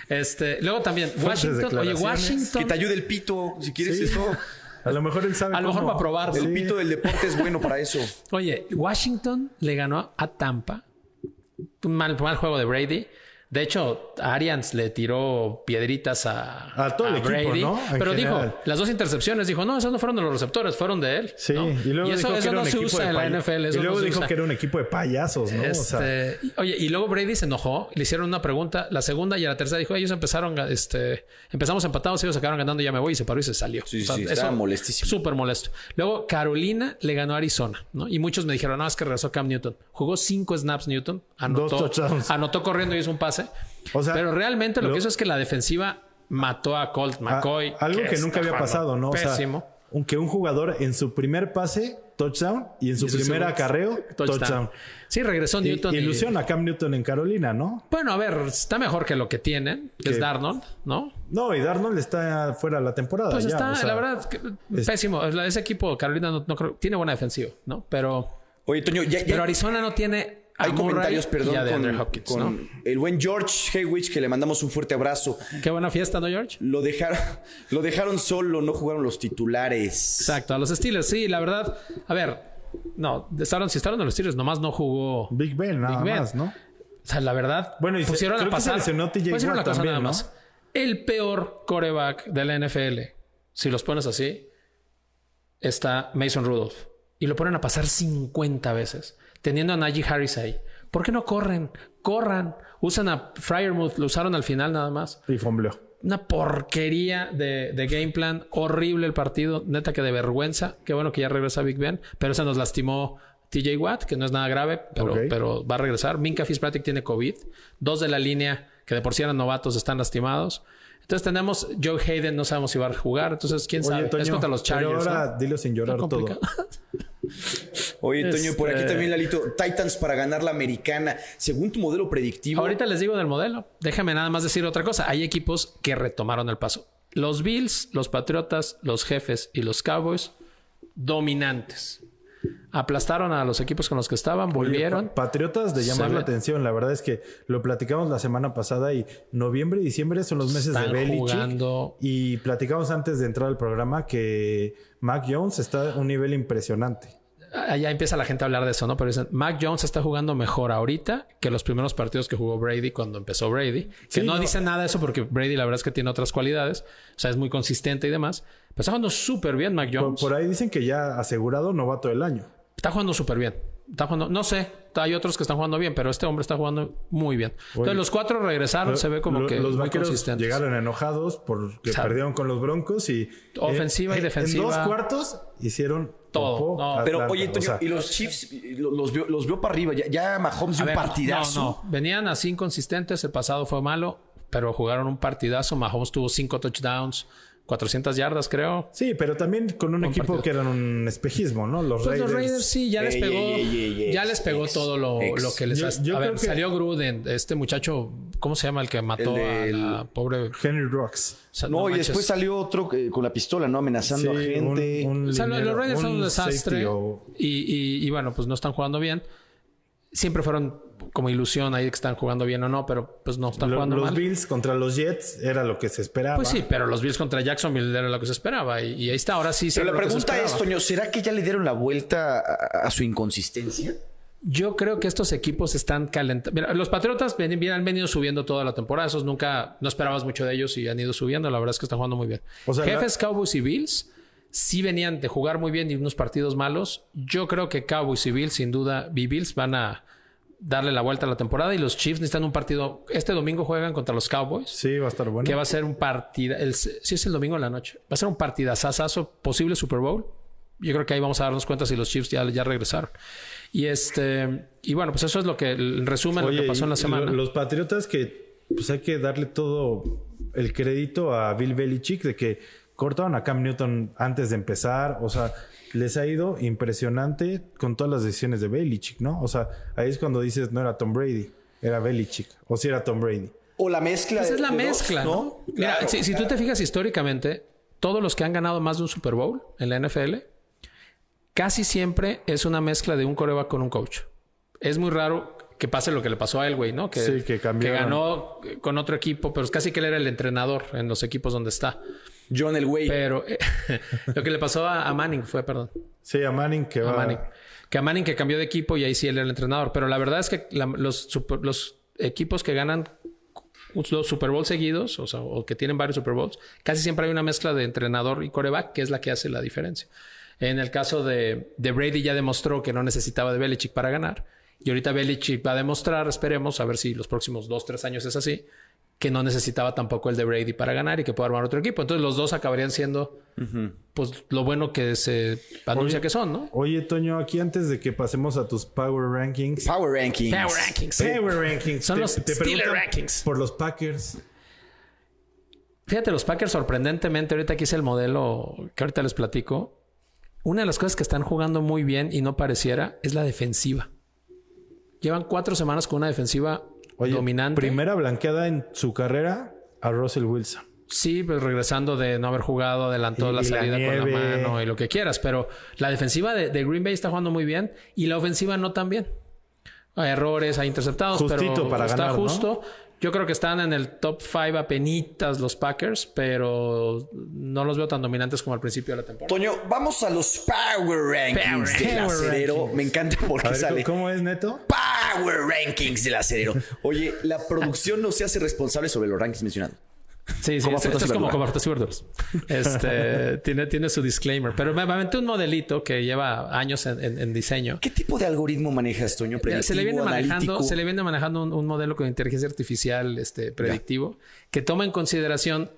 [SPEAKER 2] Este, luego también Washington, oye,
[SPEAKER 3] declaraciones.
[SPEAKER 1] Que
[SPEAKER 2] Washington,
[SPEAKER 1] te ayude el pito, si quieres
[SPEAKER 3] Sí.
[SPEAKER 1] eso.
[SPEAKER 3] A lo mejor él sabe
[SPEAKER 2] A lo mejor
[SPEAKER 3] cómo.
[SPEAKER 2] va a probar, ¿no?
[SPEAKER 1] El
[SPEAKER 3] Sí.
[SPEAKER 1] pito del deporte es bueno para eso.
[SPEAKER 2] oye, Washington le ganó a Tampa. Un mal, mal juego de Brady. De hecho, Arians le tiró piedritas a,
[SPEAKER 3] A todo el equipo,
[SPEAKER 2] Brady,
[SPEAKER 3] ¿no? En
[SPEAKER 2] pero
[SPEAKER 3] general.
[SPEAKER 2] dijo, las dos intercepciones, dijo, no, esas no fueron de los receptores, fueron de él.
[SPEAKER 3] Sí,
[SPEAKER 2] ¿no?
[SPEAKER 3] y luego
[SPEAKER 2] eso,
[SPEAKER 3] dijo que
[SPEAKER 2] eso
[SPEAKER 3] era
[SPEAKER 2] no
[SPEAKER 3] un
[SPEAKER 2] se
[SPEAKER 3] equipo
[SPEAKER 2] usa
[SPEAKER 3] de
[SPEAKER 2] en la
[SPEAKER 3] pay-
[SPEAKER 2] NFL. eso
[SPEAKER 3] Y
[SPEAKER 2] no
[SPEAKER 3] luego
[SPEAKER 2] se
[SPEAKER 3] dijo
[SPEAKER 2] usa.
[SPEAKER 3] que era un equipo de payasos, ¿no? Oh, O sea,
[SPEAKER 2] Este, y- oye, y luego Brady se enojó, le hicieron una pregunta, la segunda y a la tercera dijo, ellos empezaron, a- este, empezamos empatados, ellos acabaron ganando, ya me voy y se paró y se salió.
[SPEAKER 1] Sí, sí, estaba molestísimo.
[SPEAKER 2] Súper molesto. Luego Carolina le ganó a Arizona, ¿no? Y muchos me dijeron, no, es que regresó Cam Newton. Jugó cinco snaps Newton, anotó,
[SPEAKER 3] Dos touchdowns.
[SPEAKER 2] anotó corriendo y hizo un pase.
[SPEAKER 3] O sea,
[SPEAKER 2] Pero realmente lo,
[SPEAKER 3] lo-
[SPEAKER 2] que hizo es que la defensiva mató a Colt
[SPEAKER 3] a-
[SPEAKER 2] McCoy.
[SPEAKER 3] algo que,
[SPEAKER 2] está
[SPEAKER 3] nunca había
[SPEAKER 2] jugando
[SPEAKER 3] pasado, ¿no? O sea,
[SPEAKER 2] Pésimo.
[SPEAKER 3] aunque un jugador en su primer pase, touchdown, y en su,
[SPEAKER 2] Hizo
[SPEAKER 3] primer
[SPEAKER 2] segundo-
[SPEAKER 3] acarreo, touchdown.
[SPEAKER 2] Sí, regresó
[SPEAKER 3] Y-
[SPEAKER 2] Newton. y-
[SPEAKER 3] ilusiona a Cam Newton en Carolina, ¿no?
[SPEAKER 2] Bueno, a ver, está mejor que lo que tienen, que es
[SPEAKER 3] Que-
[SPEAKER 2] Darnold, ¿no?
[SPEAKER 3] No, y Darnold está fuera la temporada.
[SPEAKER 2] Pues
[SPEAKER 3] ya,
[SPEAKER 2] está,
[SPEAKER 3] o sea,
[SPEAKER 2] la verdad, que-
[SPEAKER 3] es-
[SPEAKER 2] pésimo. La- Ese equipo, Carolina, no, no creo, tiene buena defensiva, ¿no? Pero,
[SPEAKER 1] Oye, Toño, ya, ya
[SPEAKER 2] pero Arizona no tiene. a
[SPEAKER 1] hay
[SPEAKER 2] Murray
[SPEAKER 1] comentarios,
[SPEAKER 2] y a
[SPEAKER 1] perdón,
[SPEAKER 2] DeAndre
[SPEAKER 1] con,
[SPEAKER 2] Hopkins,
[SPEAKER 1] con
[SPEAKER 2] ¿no?
[SPEAKER 1] el buen George Heywich, que le mandamos un fuerte abrazo.
[SPEAKER 2] Qué buena fiesta, ¿no, George?
[SPEAKER 1] Lo dejaron, lo dejaron solo, no jugaron los titulares.
[SPEAKER 2] Exacto, a los Steelers, sí, la verdad. A ver, no, estaron, si estaron en los Steelers, nomás no jugó. O
[SPEAKER 3] Big Ben, nada
[SPEAKER 2] Big Ben.
[SPEAKER 3] más, ¿no?
[SPEAKER 2] sea, la verdad,
[SPEAKER 3] Bueno, y se-
[SPEAKER 2] pusieron a
[SPEAKER 3] creo que se
[SPEAKER 2] pasar.
[SPEAKER 3] lesionó TJ
[SPEAKER 2] pusieron
[SPEAKER 3] Watt
[SPEAKER 2] una cosa
[SPEAKER 3] también,
[SPEAKER 2] nada
[SPEAKER 3] ¿no?
[SPEAKER 2] más. El peor coreback de la NFL, si los pones así, está Mason Rudolph y lo ponen a pasar 50 veces, teniendo a Najee Harris ahí. ¿Por qué no corren? Corran. Usan a Fryermuth, lo usaron al final nada más.
[SPEAKER 3] Y fombleó.
[SPEAKER 2] Una porquería de, de game plan, horrible el partido, neta que de vergüenza. Qué bueno que ya regresa Big Ben, pero se nos lastimó TJ Watt, que no es nada grave, pero,
[SPEAKER 3] Ok.
[SPEAKER 2] pero va a regresar. Minka Fitzpatrick tiene COVID, dos de la línea que de por sí eran novatos están lastimados. Entonces tenemos Joe Hayden, no sabemos si va a jugar, entonces quién sabe.
[SPEAKER 3] Oye,
[SPEAKER 2] es
[SPEAKER 3] Toño,
[SPEAKER 2] contra los
[SPEAKER 3] pero
[SPEAKER 2] Chargers.
[SPEAKER 3] ahora
[SPEAKER 2] ¿no?
[SPEAKER 3] dilo sin llorar
[SPEAKER 2] Está
[SPEAKER 3] todo.
[SPEAKER 2] complicado.
[SPEAKER 1] Oye, Toño, por aquí
[SPEAKER 2] Este-
[SPEAKER 1] también, Lalito, Titans para ganar la americana. Según tu modelo predictivo,
[SPEAKER 2] Ahorita les digo del modelo. Déjame nada más decir otra cosa. Hay equipos que retomaron el paso. Los Bills, los Patriotas, los Jefes y los Cowboys dominantes. Aplastaron a los equipos con los que estaban, volvieron.
[SPEAKER 3] Pa- Patriotas de llamar
[SPEAKER 2] Se
[SPEAKER 3] la
[SPEAKER 2] ve-
[SPEAKER 3] atención. La verdad es que lo platicamos la semana pasada y noviembre y diciembre son los meses
[SPEAKER 2] Están
[SPEAKER 3] de Belichick.
[SPEAKER 2] jugando.
[SPEAKER 3] Y platicamos antes de entrar al programa que Mac Jones está a un nivel impresionante.
[SPEAKER 2] Allá empieza la gente a hablar de eso, ¿no? Pero dicen, Mac Jones está jugando mejor ahorita que los primeros partidos que jugó Brady cuando empezó Brady. Que
[SPEAKER 3] Sí,
[SPEAKER 2] no,
[SPEAKER 3] no.
[SPEAKER 2] dice nada de eso porque Brady la verdad es que tiene otras cualidades. O sea, es muy consistente y demás. Pero está jugando súper bien Mac
[SPEAKER 3] Por,
[SPEAKER 2] Jones.
[SPEAKER 3] por ahí dicen que ya asegurado novato del año.
[SPEAKER 2] Está jugando súper bien. Está jugando, no sé, hay otros que están jugando bien, pero este hombre está jugando muy bien.
[SPEAKER 3] Oye.
[SPEAKER 2] Entonces los cuatro regresaron, se ve como
[SPEAKER 3] Lo-
[SPEAKER 2] que
[SPEAKER 3] los
[SPEAKER 2] muy
[SPEAKER 3] vaqueros
[SPEAKER 2] consistentes.
[SPEAKER 3] llegaron enojados porque
[SPEAKER 2] Sabe.
[SPEAKER 3] perdieron con los Broncos y eh,
[SPEAKER 2] Ofensiva y defensiva.
[SPEAKER 3] En dos cuartos hicieron
[SPEAKER 2] Todo.
[SPEAKER 3] popó
[SPEAKER 2] No,
[SPEAKER 3] a
[SPEAKER 1] Pero
[SPEAKER 3] Atlanta.
[SPEAKER 1] oye,
[SPEAKER 3] O
[SPEAKER 1] Toño,
[SPEAKER 3] sea,
[SPEAKER 1] y los Chiefs eh, lo- los veo, los veo para arriba. Ya, ya Mahomes
[SPEAKER 2] A
[SPEAKER 1] dio un
[SPEAKER 2] ver,
[SPEAKER 1] partidazo.
[SPEAKER 2] no, no. Venían así inconsistentes, el pasado fue malo, pero jugaron un partidazo. Mahomes tuvo cinco touchdowns, 400 yardas, creo.
[SPEAKER 3] sí, pero también con un equipo
[SPEAKER 2] partido.
[SPEAKER 3] que eran un espejismo, ¿no? Los
[SPEAKER 2] Pues
[SPEAKER 3] Raiders.
[SPEAKER 2] los Raiders sí, ya les
[SPEAKER 1] Ey,
[SPEAKER 2] pegó,
[SPEAKER 1] ey, ey, ey, ey,
[SPEAKER 2] ya les pegó
[SPEAKER 1] ex,
[SPEAKER 2] todo lo,
[SPEAKER 1] ex.
[SPEAKER 2] lo que les...
[SPEAKER 3] Yo-
[SPEAKER 2] has-
[SPEAKER 3] yo
[SPEAKER 2] a ver,
[SPEAKER 3] creo que-
[SPEAKER 2] salió Gruden, este muchacho, ¿cómo se llama? El que mató
[SPEAKER 1] El del-
[SPEAKER 2] a la pobre... o
[SPEAKER 3] Henry Rocks.
[SPEAKER 2] sea,
[SPEAKER 1] No, y
[SPEAKER 2] manches.
[SPEAKER 1] después salió otro eh, con la pistola, ¿no? Amenazando a
[SPEAKER 3] Sí,
[SPEAKER 1] gente.
[SPEAKER 2] O sea, los-
[SPEAKER 3] liniero,
[SPEAKER 2] los Raiders son un
[SPEAKER 3] safety
[SPEAKER 2] desastre.
[SPEAKER 3] o-
[SPEAKER 2] Y, y- y bueno, pues no están jugando bien. Siempre fueron como ilusión ahí que están jugando bien o no, pero pues no están
[SPEAKER 3] lo-
[SPEAKER 2] jugando
[SPEAKER 3] los
[SPEAKER 2] mal.
[SPEAKER 3] Bills contra los Jets era lo que se esperaba.
[SPEAKER 2] Pues sí, pero los Bills contra Jacksonville era lo que se esperaba. Y, y ahí está, ahora sí. se
[SPEAKER 1] Pero la
[SPEAKER 2] lo que se
[SPEAKER 1] pregunta es,
[SPEAKER 2] esperaba.
[SPEAKER 1] Toño, ¿será que ya le dieron la vuelta a, a su inconsistencia?
[SPEAKER 2] Yo creo que estos equipos están calentando. Los Patriotas ven- bien, han venido subiendo toda la temporada. Esos nunca, no esperabas mucho de ellos y han ido subiendo. La verdad es que están jugando muy bien.
[SPEAKER 3] O sea,
[SPEAKER 2] Jefes, Cowboys y Bills sí venían de jugar muy bien y unos partidos malos. Yo creo que Cowboys y Bills, sin duda, y Bills van a darle la vuelta a la temporada y los Chiefs necesitan un partido. Este domingo juegan contra los Cowboys.
[SPEAKER 3] Sí, va a estar bueno.
[SPEAKER 2] que va a ser un partida, el, si es el domingo en la noche, va a ser un partidazazazo, posible Super Bowl. Yo creo que ahí vamos a darnos cuenta si los Chiefs ya, ya regresaron. Y este, y bueno, pues eso es lo que el resumen lo que
[SPEAKER 3] Oye,
[SPEAKER 2] pasó en la
[SPEAKER 3] y
[SPEAKER 2] semana.
[SPEAKER 3] lo- Los Patriotas que pues hay que darle todo el crédito a Bill Belichick de que cortaron a Cam Newton antes de empezar, o sea, les ha ido impresionante con todas las decisiones de Belichick, ¿no? O sea, ahí es cuando dices no era Tom Brady, era Belichick, o si era Tom Brady.
[SPEAKER 1] O la mezcla.
[SPEAKER 2] Pues Esa
[SPEAKER 1] de-
[SPEAKER 2] es la
[SPEAKER 1] de dos,
[SPEAKER 2] mezcla, ¿no? Mira,
[SPEAKER 1] Claro,
[SPEAKER 2] si, si tú te fijas históricamente, todos los que han ganado más de un Super Bowl en la NFL, casi siempre es una mezcla de un coreback con un coach. Es muy raro que pase lo que le pasó a Elway, ¿no? Que,
[SPEAKER 3] Sí, que cambiaron.
[SPEAKER 2] ganó con otro equipo, pero casi que él era el entrenador en los equipos donde está.
[SPEAKER 1] John Elway.
[SPEAKER 2] Pero [LAUGHS] eh, lo que le pasó a, a Manning fue, perdón,
[SPEAKER 3] Sí, a Manning que
[SPEAKER 2] a
[SPEAKER 3] va
[SPEAKER 2] Manning. Que a Manning que cambió de equipo y ahí sí él era el entrenador. Pero la verdad es que la- los, super- los equipos que ganan los Super Bowl seguidos, o sea, o que tienen varios Super Bowls, casi siempre hay una mezcla de entrenador y coreback que es la que hace la diferencia. En el caso de, de Brady ya demostró que no necesitaba de Belichick para ganar. Y ahorita Belichick va a demostrar, esperemos, a ver si los próximos dos, tres años es así, que no necesitaba tampoco el de Brady para ganar y que puede armar otro equipo. Entonces los dos acabarían siendo pues lo bueno que se anuncia
[SPEAKER 3] Oye,
[SPEAKER 2] que son, ¿no?
[SPEAKER 3] Oye, Toño, aquí antes de que pasemos a tus Power Rankings.
[SPEAKER 1] Power Rankings.
[SPEAKER 2] Power Rankings.
[SPEAKER 3] Power Rankings.
[SPEAKER 2] Son los Steeler
[SPEAKER 3] preguntan
[SPEAKER 2] Rankings.
[SPEAKER 3] Por los Packers.
[SPEAKER 2] Fíjate, los Packers sorprendentemente, ahorita que hice el modelo que ahorita les platico, una de las cosas que están jugando muy bien y no pareciera es la defensiva. Llevan cuatro semanas con una defensiva
[SPEAKER 3] Oye,
[SPEAKER 2] dominante.
[SPEAKER 3] primera blanqueada en su carrera a Russell Wilson.
[SPEAKER 2] Sí, pues regresando de no haber jugado, adelantó
[SPEAKER 3] Y-
[SPEAKER 2] la
[SPEAKER 3] y la
[SPEAKER 2] salida con la
[SPEAKER 3] nieve.
[SPEAKER 2] mano y lo que quieras, pero la defensiva de, de Green Bay está jugando muy bien y la ofensiva no tan bien. Hay errores, hay interceptados, pero
[SPEAKER 3] Justito para
[SPEAKER 2] está
[SPEAKER 3] ganar, ¿no?
[SPEAKER 2] justo. Yo creo que están en el top 5 apenitas los Packers, pero no los veo tan dominantes como al principio de la temporada.
[SPEAKER 1] Toño, vamos a los Power Rankings
[SPEAKER 2] Power-
[SPEAKER 1] del
[SPEAKER 2] Power
[SPEAKER 1] acerero. Me encanta porque
[SPEAKER 3] A ver,
[SPEAKER 1] sale.
[SPEAKER 3] ¿Cómo es, Neto?
[SPEAKER 1] Power Rankings del acerero. Oye, la producción no se hace responsable sobre los rankings mencionados.
[SPEAKER 2] Sí, sí,
[SPEAKER 1] Como
[SPEAKER 2] este-
[SPEAKER 1] frutas
[SPEAKER 2] esto
[SPEAKER 1] y
[SPEAKER 2] es como
[SPEAKER 1] verduras.
[SPEAKER 2] como frutas y verduras.
[SPEAKER 3] [LAUGHS]
[SPEAKER 2] Este tiene, tiene su disclaimer, pero me me aventé un modelito que lleva años en- en- en diseño.
[SPEAKER 1] ¿Qué tipo de algoritmo manejas, Toño?
[SPEAKER 2] Mira, se le viene
[SPEAKER 1] Predictivo,
[SPEAKER 2] manejando,
[SPEAKER 1] analítico.
[SPEAKER 2] se le viene manejando un, un modelo con inteligencia artificial este, predictivo que toma en consideración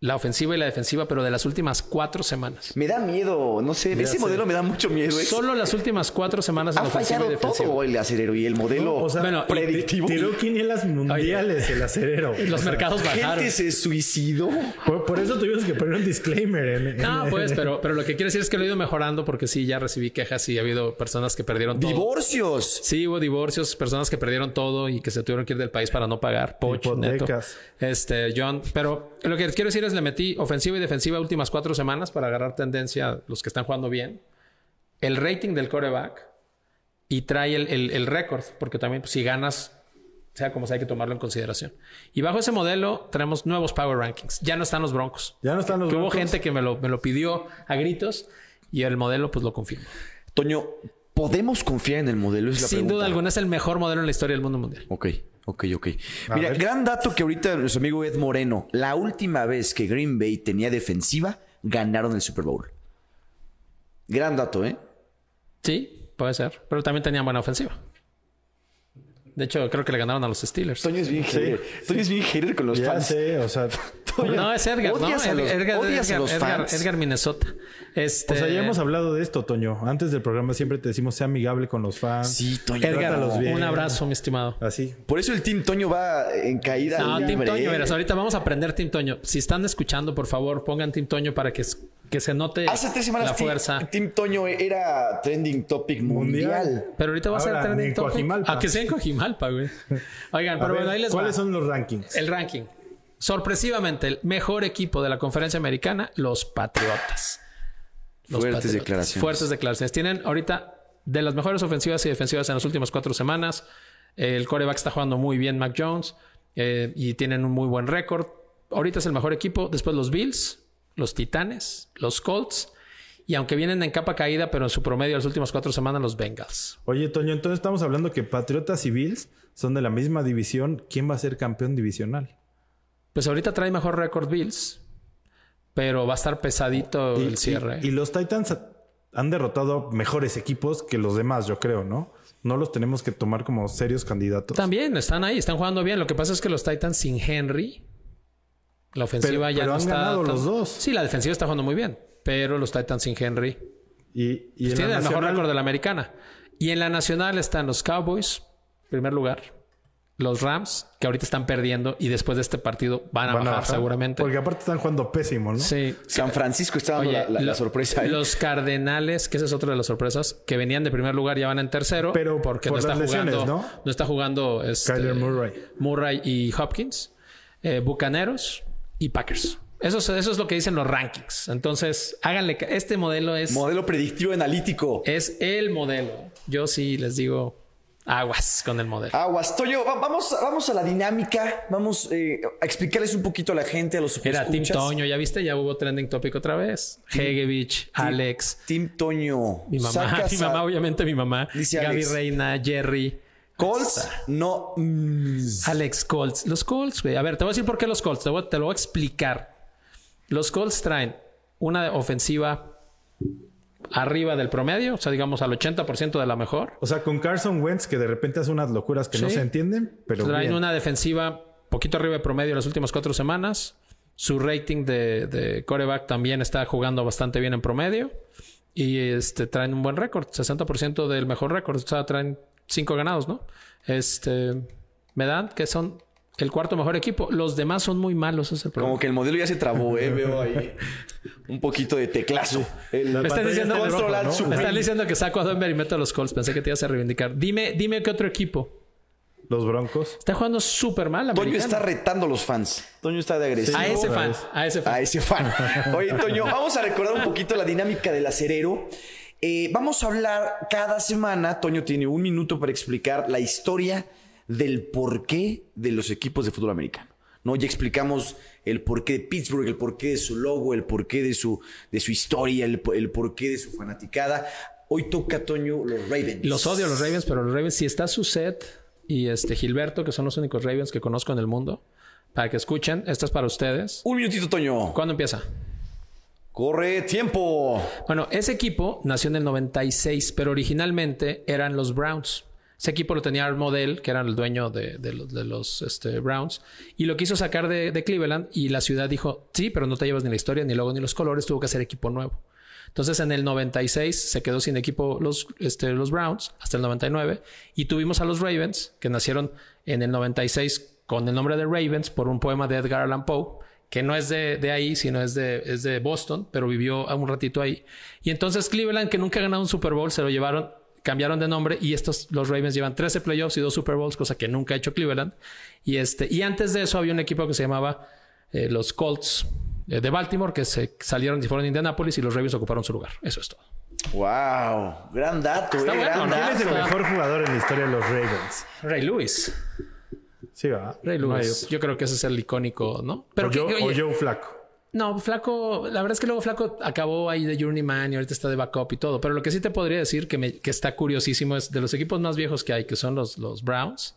[SPEAKER 2] la ofensiva y la defensiva, pero de las últimas cuatro semanas.
[SPEAKER 1] Me da miedo, no sé. ese modelo me da mucho miedo. ¿eh?
[SPEAKER 2] Solo las últimas cuatro semanas en
[SPEAKER 1] ha
[SPEAKER 2] ofensiva y
[SPEAKER 1] fallado
[SPEAKER 2] defensiva.
[SPEAKER 1] todo el acerero y el modelo
[SPEAKER 3] No, o sea,
[SPEAKER 2] Bueno, y-
[SPEAKER 1] predictivo.
[SPEAKER 3] Tiró quinielas mundiales el acerero.
[SPEAKER 2] Y [LAUGHS] Los mercados bajaron.
[SPEAKER 1] Gente se suicidó.
[SPEAKER 3] Por, por eso tuvimos que poner un disclaimer. En, en-
[SPEAKER 2] No,
[SPEAKER 1] [LAUGHS]
[SPEAKER 2] pues, pero, pero lo que quiero decir es que lo he ido mejorando porque sí, ya recibí quejas y ha habido personas que perdieron todo.
[SPEAKER 1] Divorcios.
[SPEAKER 2] Sí, hubo divorcios, personas que perdieron todo y que se tuvieron que ir del país para no pagar. Poch, Neto,
[SPEAKER 3] Hipotecas.
[SPEAKER 2] este, John. Pero lo que les quiero decir es, le metí ofensiva y defensiva últimas cuatro semanas para agarrar tendencia a los que están jugando bien. el rating del coreback y trae el, el- el récord, porque también pues, si ganas, sea como sea, hay que tomarlo en consideración. Y bajo ese modelo traemos nuevos Power Rankings. Ya no están los Broncos.
[SPEAKER 3] Ya no están los
[SPEAKER 2] Que hubo
[SPEAKER 3] Broncos.
[SPEAKER 2] gente que me lo, me lo pidió a gritos y el modelo pues lo confirma.
[SPEAKER 1] Toño, ¿podemos confiar en el modelo? Es la
[SPEAKER 2] Sin
[SPEAKER 1] pregunta.
[SPEAKER 2] duda alguna es el mejor modelo en la historia del mundo mundial.
[SPEAKER 1] Ok, ok, ok.
[SPEAKER 3] A
[SPEAKER 1] Mira,
[SPEAKER 3] ver.
[SPEAKER 1] gran dato que ahorita nuestro amigo Ed Moreno, la última vez que Green Bay tenía defensiva, ganaron el Super Bowl. Gran dato, ¿eh?
[SPEAKER 2] Sí, puede ser. Pero también tenían buena ofensiva. De hecho, creo que le ganaron a los Steelers.
[SPEAKER 1] Toño es bien
[SPEAKER 3] hater.
[SPEAKER 1] Toño es bien hater con los
[SPEAKER 3] Ya sé, o sea,
[SPEAKER 2] No, es Edgar, ¿no?
[SPEAKER 1] Odias a los-
[SPEAKER 2] Edgar,
[SPEAKER 1] odias a
[SPEAKER 2] Edgar,
[SPEAKER 1] los
[SPEAKER 2] Edgar-
[SPEAKER 1] fans.
[SPEAKER 2] Edgar, Minnesota. Este,
[SPEAKER 3] o sea, ya hemos hablado de esto, Toño. Antes del programa siempre te decimos, sea amigable con los fans.
[SPEAKER 1] Sí, Toño.
[SPEAKER 2] Edgar,
[SPEAKER 3] Trátalos bien.
[SPEAKER 2] un abrazo, mi estimado.
[SPEAKER 3] Así.
[SPEAKER 1] Por eso el Team Toño va en caída.
[SPEAKER 2] No,
[SPEAKER 1] libre,
[SPEAKER 2] Team Toño,
[SPEAKER 1] ¿eh?
[SPEAKER 2] verás, ahorita vamos a aprender Team Toño. Si están escuchando, por favor, pongan Team Toño para que, que se note
[SPEAKER 1] Hace tres semanas
[SPEAKER 2] la
[SPEAKER 1] Team-
[SPEAKER 2] fuerza.
[SPEAKER 1] Team Toño era trending topic mundial.
[SPEAKER 3] Mundial.
[SPEAKER 2] Pero ahorita va a ser
[SPEAKER 3] Ahora,
[SPEAKER 2] trending
[SPEAKER 3] ni en
[SPEAKER 2] topic.
[SPEAKER 3] Coajimalpa.
[SPEAKER 2] Ah, que sea en Coajimalpa, güey. Oigan,
[SPEAKER 3] A
[SPEAKER 2] pero
[SPEAKER 3] ver,
[SPEAKER 2] bueno, ahí les
[SPEAKER 3] ¿Cuáles
[SPEAKER 2] va.
[SPEAKER 3] son los rankings?
[SPEAKER 2] El ranking. Sorpresivamente, el mejor equipo de la conferencia americana, los Patriotas.
[SPEAKER 1] Fuertes declaraciones.
[SPEAKER 2] Fuertes declaraciones. Tienen ahorita de las mejores ofensivas y defensivas en las últimas cuatro semanas. El coreback está jugando muy bien, Mac Jones, eh, y tienen un muy buen récord. Ahorita es el mejor equipo. Después los Bills, los Titanes, los Colts. Y aunque vienen en capa caída, pero en su promedio de las últimas cuatro semanas, los Bengals.
[SPEAKER 3] Oye, Toño, entonces estamos hablando que Patriotas y Bills son de la misma división. ¿Quién va a ser campeón divisional?
[SPEAKER 2] Pues ahorita trae mejor récord Bills, pero va a estar pesadito el cierre.
[SPEAKER 3] y los Titans han derrotado mejores equipos que los demás, yo creo, ¿no? No los tenemos que tomar como serios candidatos.
[SPEAKER 2] También están ahí, están jugando bien. Lo que pasa es que los Titans sin Henry, la ofensiva
[SPEAKER 3] Pero-
[SPEAKER 2] ya
[SPEAKER 3] pero
[SPEAKER 2] no
[SPEAKER 3] han
[SPEAKER 2] está.
[SPEAKER 3] ganado los dos.
[SPEAKER 2] Sí, la defensiva está jugando muy bien, pero los Titans sin Henry
[SPEAKER 3] Y, y en
[SPEAKER 2] Pues tienen
[SPEAKER 3] la
[SPEAKER 2] el mejor
[SPEAKER 3] nacional-
[SPEAKER 2] récord de la americana. Y en la nacional están los Cowboys, primer lugar. Los Rams, que ahorita están perdiendo y después de este partido van a,
[SPEAKER 3] van a
[SPEAKER 2] bajar,
[SPEAKER 3] bajar,
[SPEAKER 2] seguramente.
[SPEAKER 3] Porque aparte están jugando pésimo, ¿no?
[SPEAKER 2] Sí.
[SPEAKER 1] San Francisco está dando
[SPEAKER 2] Oye,
[SPEAKER 1] la, la- la
[SPEAKER 2] lo-
[SPEAKER 1] sorpresa. ¿eh?
[SPEAKER 2] Los Cardenales, que esa es otra de las sorpresas, que venían de primer lugar, ya van en tercero.
[SPEAKER 3] Pero
[SPEAKER 2] porque
[SPEAKER 3] por
[SPEAKER 2] no está
[SPEAKER 3] las lesiones,
[SPEAKER 2] jugando.
[SPEAKER 3] ¿no?
[SPEAKER 2] ¿no? está jugando este,
[SPEAKER 3] Kyler Murray.
[SPEAKER 2] Murray y Hopkins, eh, Bucaneros y Packers. Eso es, eso es lo que dicen los rankings. Entonces, háganle. ca- Este modelo es,
[SPEAKER 1] Modelo predictivo analítico.
[SPEAKER 2] es el modelo. Yo sí les digo aguas con el modelo.
[SPEAKER 1] Aguas, Toño, va- vamos, vamos a la dinámica. Vamos eh, a explicarles un poquito a la gente, a los
[SPEAKER 2] Era Team
[SPEAKER 1] escuchas.
[SPEAKER 2] Toño, ya viste, ya hubo trending topic otra vez. Hegevich, Alex.
[SPEAKER 1] Team Toño.
[SPEAKER 2] Mi mamá, [LAUGHS]
[SPEAKER 1] Sacas
[SPEAKER 2] mi mamá,
[SPEAKER 1] a
[SPEAKER 2] obviamente mi mamá.
[SPEAKER 1] Dice
[SPEAKER 2] Gaby
[SPEAKER 1] Alex.
[SPEAKER 2] Reina, Jerry.
[SPEAKER 1] Colts, no. mm, M's.
[SPEAKER 2] Alex Colts. Los Colts, güey. A ver, te voy a decir por qué los Colts. Te, voy- te lo voy a explicar. Los Colts traen una ofensiva arriba del promedio, o sea, digamos al 80% de la mejor.
[SPEAKER 3] O sea, con Carson Wentz, que de repente hace unas locuras que no
[SPEAKER 2] Sí. Pues
[SPEAKER 3] se entienden, pero
[SPEAKER 2] traen
[SPEAKER 3] bien.
[SPEAKER 2] una defensiva poquito arriba de promedio las últimas cuatro semanas. Su rating de, de coreback también está jugando bastante bien en promedio. Y este traen un buen récord, 60% del mejor récord. O sea, traen cinco ganados, ¿no? Este me dan que son el cuarto mejor equipo. Los demás son muy malos, ese es el problema.
[SPEAKER 1] Como que el modelo ya se trabó,
[SPEAKER 2] [LAUGHS]
[SPEAKER 1] ¿eh? Veo ahí un poquito de teclazo. El-
[SPEAKER 2] Me están
[SPEAKER 3] pantalla
[SPEAKER 2] diciendo,
[SPEAKER 3] está
[SPEAKER 2] de
[SPEAKER 3] rojo,
[SPEAKER 2] Bronco,
[SPEAKER 3] ¿no?
[SPEAKER 2] ¿no? Me están diciendo que saco a Denver y meto a los Colts. Pensé que te ibas a reivindicar. Dime, dime qué otro equipo.
[SPEAKER 3] Los Broncos.
[SPEAKER 2] Está jugando súper mal. la
[SPEAKER 1] Toño está
[SPEAKER 2] americana.
[SPEAKER 1] retando a los fans. Toño está de agresivo.
[SPEAKER 2] A ese fan. A ese fan.
[SPEAKER 1] a ese fan. Oye, Toño, vamos a recordar un poquito la dinámica del acerero. Eh, vamos a hablar cada semana. Toño tiene un minuto para explicar la historia del porqué de los equipos de fútbol americano. ¿no? Ya explicamos el porqué de Pittsburgh, el porqué de su logo, el porqué de su, de su historia, el, po- el porqué de su fanaticada. Hoy toca Toño los Ravens.
[SPEAKER 2] Los odio a los Ravens, pero los Ravens, si está su set y este Gilberto, que son los únicos Ravens que conozco en el mundo, para que escuchen, esta es para ustedes.
[SPEAKER 1] Un minutito, Toño.
[SPEAKER 2] ¿Cuándo empieza?
[SPEAKER 1] Corre tiempo.
[SPEAKER 2] Bueno, ese equipo nació en el 96, pero originalmente eran los Browns. Ese equipo lo tenía Art Modell, que era el dueño de, de los, de los, este, Browns, y lo quiso sacar de, de Cleveland y la ciudad dijo, sí, pero no te llevas ni la historia, ni el logo, ni los colores, tuvo que hacer equipo nuevo. Entonces en el 96 se quedó sin equipo los, este, los Browns hasta el 99 y tuvimos a los Ravens, que nacieron en el 96 con el nombre de Ravens por un poema de Edgar Allan Poe que no es de, de ahí, sino es de, es de Boston, pero vivió un ratito ahí. Y entonces Cleveland, que nunca ha ganado un Super Bowl, se lo llevaron, cambiaron de nombre y estos, los Ravens llevan 13 playoffs y dos Super Bowls, cosa que nunca ha hecho Cleveland. Y, este, y antes de eso había un equipo que se llamaba eh, los Colts eh, de Baltimore, que se salieron y fueron a Indianapolis y los Ravens ocuparon su lugar. Eso es todo.
[SPEAKER 1] Wow, gran dato,
[SPEAKER 2] Está
[SPEAKER 1] eh,
[SPEAKER 2] bueno,
[SPEAKER 1] gran
[SPEAKER 2] ¿no?
[SPEAKER 3] ¿Quién
[SPEAKER 1] dato.
[SPEAKER 3] es el mejor jugador en la historia de los Ravens?
[SPEAKER 2] Ray Lewis.
[SPEAKER 3] Sí, ¿verdad?
[SPEAKER 2] Ray
[SPEAKER 3] No hay
[SPEAKER 2] Lewis.
[SPEAKER 3] otro.
[SPEAKER 2] yo creo que ese es el icónico, ¿no?
[SPEAKER 3] o,
[SPEAKER 2] que-
[SPEAKER 3] Joe,
[SPEAKER 2] que,
[SPEAKER 3] o
[SPEAKER 2] oye,
[SPEAKER 3] Joe Flaco.
[SPEAKER 2] No, Flaco, la verdad es que luego Flaco acabó ahí de Journeyman y ahorita está de backup y todo. Pero lo que sí te podría decir que, me- que está curiosísimo es de los equipos más viejos que hay, que son los, los Browns,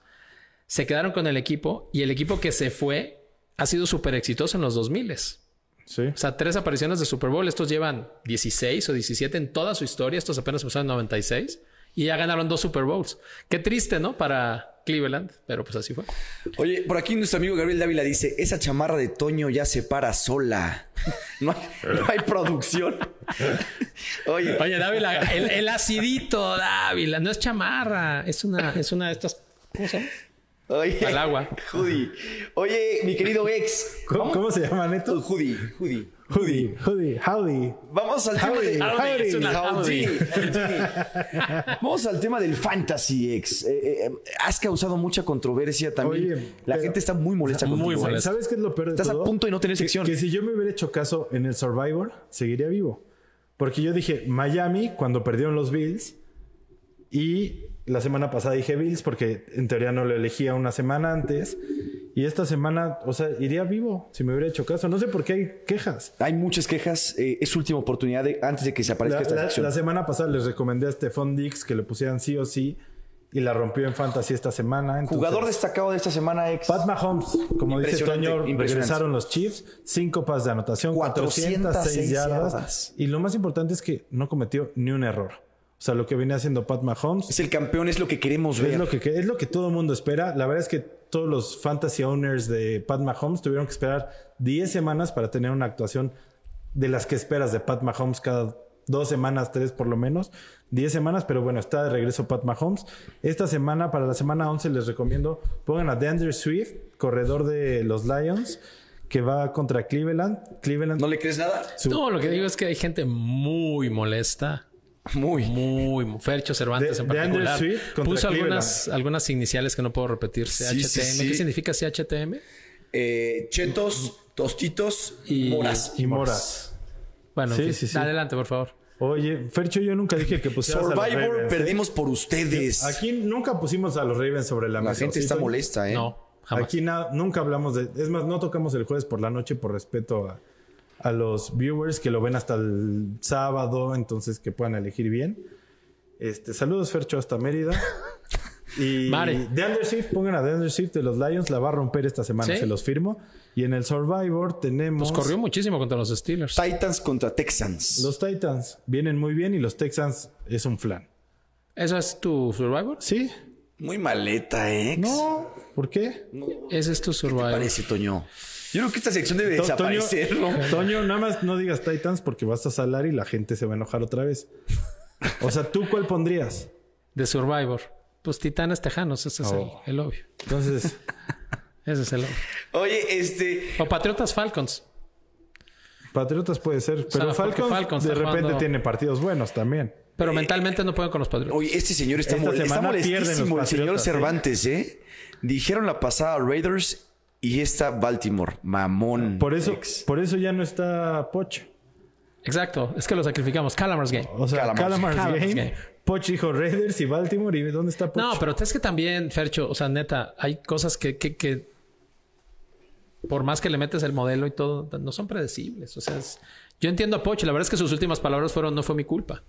[SPEAKER 2] se quedaron con el equipo y el equipo que se fue ha sido súper exitoso en los 2000. O
[SPEAKER 3] Sí.
[SPEAKER 2] sea, tres apariciones de Super Bowl. Estos llevan 16 o 17 en toda su historia. Estos apenas empezaron en 96 y ya ganaron dos Super Bowls. Qué triste, ¿no? Para Cleveland, pero pues así fue.
[SPEAKER 1] Oye, por aquí nuestro amigo Gabriel Dávila dice, esa chamarra de Toño ya se para sola. [LAUGHS] No hay, no hay producción. [LAUGHS] Oye,
[SPEAKER 2] Oye, Dávila, el, el acidito, Dávila, no es chamarra, es una, es una de estas. ¿Cómo se llama?
[SPEAKER 1] oye.
[SPEAKER 2] Al agua.
[SPEAKER 1] Judy. Oye, mi querido ex.
[SPEAKER 3] ¿Cómo, cómo se llaman
[SPEAKER 1] Oh, [LAUGHS]
[SPEAKER 3] estos?
[SPEAKER 1] Judy, Judy.
[SPEAKER 3] Hoodie, hoodie, howdy.
[SPEAKER 1] Vamos al tema de...
[SPEAKER 2] Howdy,
[SPEAKER 3] howdy,
[SPEAKER 2] es una
[SPEAKER 1] Howdy,
[SPEAKER 2] howdy.
[SPEAKER 1] howdy. Vamos al tema del fantasy, ex. Eh, eh, has causado mucha controversia también.
[SPEAKER 3] Oye,
[SPEAKER 1] La
[SPEAKER 3] pero-
[SPEAKER 1] gente está muy molesta
[SPEAKER 2] Muy
[SPEAKER 1] contigo, ¿eh?
[SPEAKER 2] molesta.
[SPEAKER 3] ¿Sabes qué es lo peor de
[SPEAKER 1] Estás a
[SPEAKER 3] todo?
[SPEAKER 1] punto de no tener
[SPEAKER 3] Que-
[SPEAKER 1] sección.
[SPEAKER 3] Que, si yo me hubiera hecho caso en el Survivor, seguiría vivo. Porque yo dije Miami cuando perdieron los Bills y la semana pasada dije Bills porque en teoría no lo elegía una semana antes. Y esta semana, o sea, iría vivo si me hubiera hecho caso. No sé por qué hay quejas.
[SPEAKER 1] Hay muchas quejas. eh, es su última oportunidad de- antes de que se aparezca
[SPEAKER 3] La,
[SPEAKER 1] esta
[SPEAKER 3] la-
[SPEAKER 1] sección.
[SPEAKER 3] la semana pasada les recomendé a Stephon Dix que le pusieran sí o sí y la rompió en fantasy esta semana. Entonces,
[SPEAKER 1] Jugador destacado de esta semana, ex.
[SPEAKER 3] Pat Mahomes, como dice
[SPEAKER 1] Impresionante,
[SPEAKER 3] Toño,
[SPEAKER 1] impresionante.
[SPEAKER 3] regresaron los Chiefs, cinco pas de anotación,
[SPEAKER 1] 406
[SPEAKER 3] 406 yardas,
[SPEAKER 1] yardas.
[SPEAKER 3] Y lo más importante es que no cometió ni un error. O sea, lo que venía haciendo Pat Mahomes
[SPEAKER 1] Es el campeón, es lo que queremos ver.
[SPEAKER 3] Pues es lo que, que- es lo que todo el mundo espera. La verdad es que todos los fantasy owners de Pat Mahomes tuvieron que esperar 10 semanas para tener una actuación de las que esperas de Pat Mahomes cada dos semanas, tres por lo menos. 10 semanas, pero bueno, está de regreso Pat Mahomes. Esta semana, para la semana 11, les recomiendo pongan a DeAndre Swift, corredor de los Lions, que va contra Cleveland. Cleveland
[SPEAKER 1] ¿No le crees nada?
[SPEAKER 2] No, lo que digo es que hay gente muy molesta.
[SPEAKER 1] Muy.
[SPEAKER 2] Muy, mo- Fercho Cervantes
[SPEAKER 3] De-
[SPEAKER 2] en
[SPEAKER 3] de Andrew
[SPEAKER 2] particular.
[SPEAKER 3] Swift contra
[SPEAKER 2] Puso algunas, algunas iniciales que no puedo repetir. CHTM.
[SPEAKER 1] sí, sí.
[SPEAKER 2] ¿Qué significa CHTM?
[SPEAKER 1] Eh, chetos, tostitos y
[SPEAKER 2] Y-
[SPEAKER 1] moras.
[SPEAKER 3] y Moras.
[SPEAKER 2] Pues, Bueno, en
[SPEAKER 3] Sí,
[SPEAKER 2] fin,
[SPEAKER 3] sí, sí.
[SPEAKER 2] adelante, por favor.
[SPEAKER 3] Oye, Fercho, yo nunca dije que pusieras a los
[SPEAKER 1] Survivor
[SPEAKER 3] Ravens, ¿eh?
[SPEAKER 1] perdimos por ustedes.
[SPEAKER 3] Aquí nunca pusimos a los Ravens sobre la mesa.
[SPEAKER 1] La gente
[SPEAKER 3] ¿sí,
[SPEAKER 1] está
[SPEAKER 3] Toño?
[SPEAKER 1] molesta, ¿eh?
[SPEAKER 2] No, jamás.
[SPEAKER 3] Aquí na- nunca hablamos de. Es más, no tocamos el jueves por la noche por respeto a, a los viewers que lo ven hasta el sábado, entonces que puedan elegir bien. Este, saludos, Fercho,
[SPEAKER 2] [LAUGHS]
[SPEAKER 3] hasta Mérida. Y
[SPEAKER 2] Mare.
[SPEAKER 3] de Swift, pongan a DeAndre Swift de los Lions, la va a romper esta semana,
[SPEAKER 2] ¿Sí?
[SPEAKER 3] se los firmo. Y en el Survivor tenemos
[SPEAKER 2] Pues corrió muchísimo contra los Steelers.
[SPEAKER 1] Titans contra Texans.
[SPEAKER 3] los Titans, vienen muy bien y los Texans es un flan.
[SPEAKER 2] ¿Eso es tu Survivor?
[SPEAKER 3] ¿Sí?
[SPEAKER 1] Muy maleta, ex.
[SPEAKER 3] No, ¿por qué?
[SPEAKER 2] Ese es tu Survivor.
[SPEAKER 1] Parece, Toño. Yo creo que esta sección debe
[SPEAKER 3] To-
[SPEAKER 1] desaparecer, ¿no?
[SPEAKER 3] Toño, nada más no digas Titans porque vas a salar y la gente se va a enojar otra vez. O sea, ¿tú cuál pondrías?
[SPEAKER 2] De Survivor. Pues Titanes Tejanos, ese es el-
[SPEAKER 3] Oh.
[SPEAKER 2] el, obvio.
[SPEAKER 3] Entonces,
[SPEAKER 2] Ese es el obvio.
[SPEAKER 1] Oye, este.
[SPEAKER 2] O Patriotas Falcons.
[SPEAKER 3] Patriotas puede ser, pero
[SPEAKER 2] porque
[SPEAKER 3] Falcons,
[SPEAKER 2] Falcons
[SPEAKER 3] de
[SPEAKER 2] está
[SPEAKER 3] repente
[SPEAKER 2] jugando-
[SPEAKER 3] tiene partidos buenos también.
[SPEAKER 2] Pero mentalmente no pueden con los Patriotas.
[SPEAKER 1] Oye, este señor está,
[SPEAKER 3] Esta
[SPEAKER 1] mol- está
[SPEAKER 3] semana pierden los
[SPEAKER 1] molestísimo, el señor
[SPEAKER 3] Patriotas, ¿eh?
[SPEAKER 1] Cervantes, ¿eh? Dijeron la pasada Raiders y esta Baltimore. Mamón.
[SPEAKER 3] Por eso,
[SPEAKER 1] ex.
[SPEAKER 3] por eso ya no está Poch.
[SPEAKER 2] Exacto, es que lo sacrificamos. Calamars Game.
[SPEAKER 3] O sea,
[SPEAKER 1] Calamars.
[SPEAKER 3] Calamars,
[SPEAKER 2] Calamars
[SPEAKER 3] Game,
[SPEAKER 2] Game.
[SPEAKER 3] Poch dijo Raiders y Baltimore. ¿Y dónde está Poch?
[SPEAKER 2] No, pero es que también, Fercho, o sea, neta, hay cosas que, que, que por más que le metes el modelo y todo, no son predecibles. O sea, es- yo entiendo a Poch. La verdad es que sus últimas palabras fueron no fue mi culpa.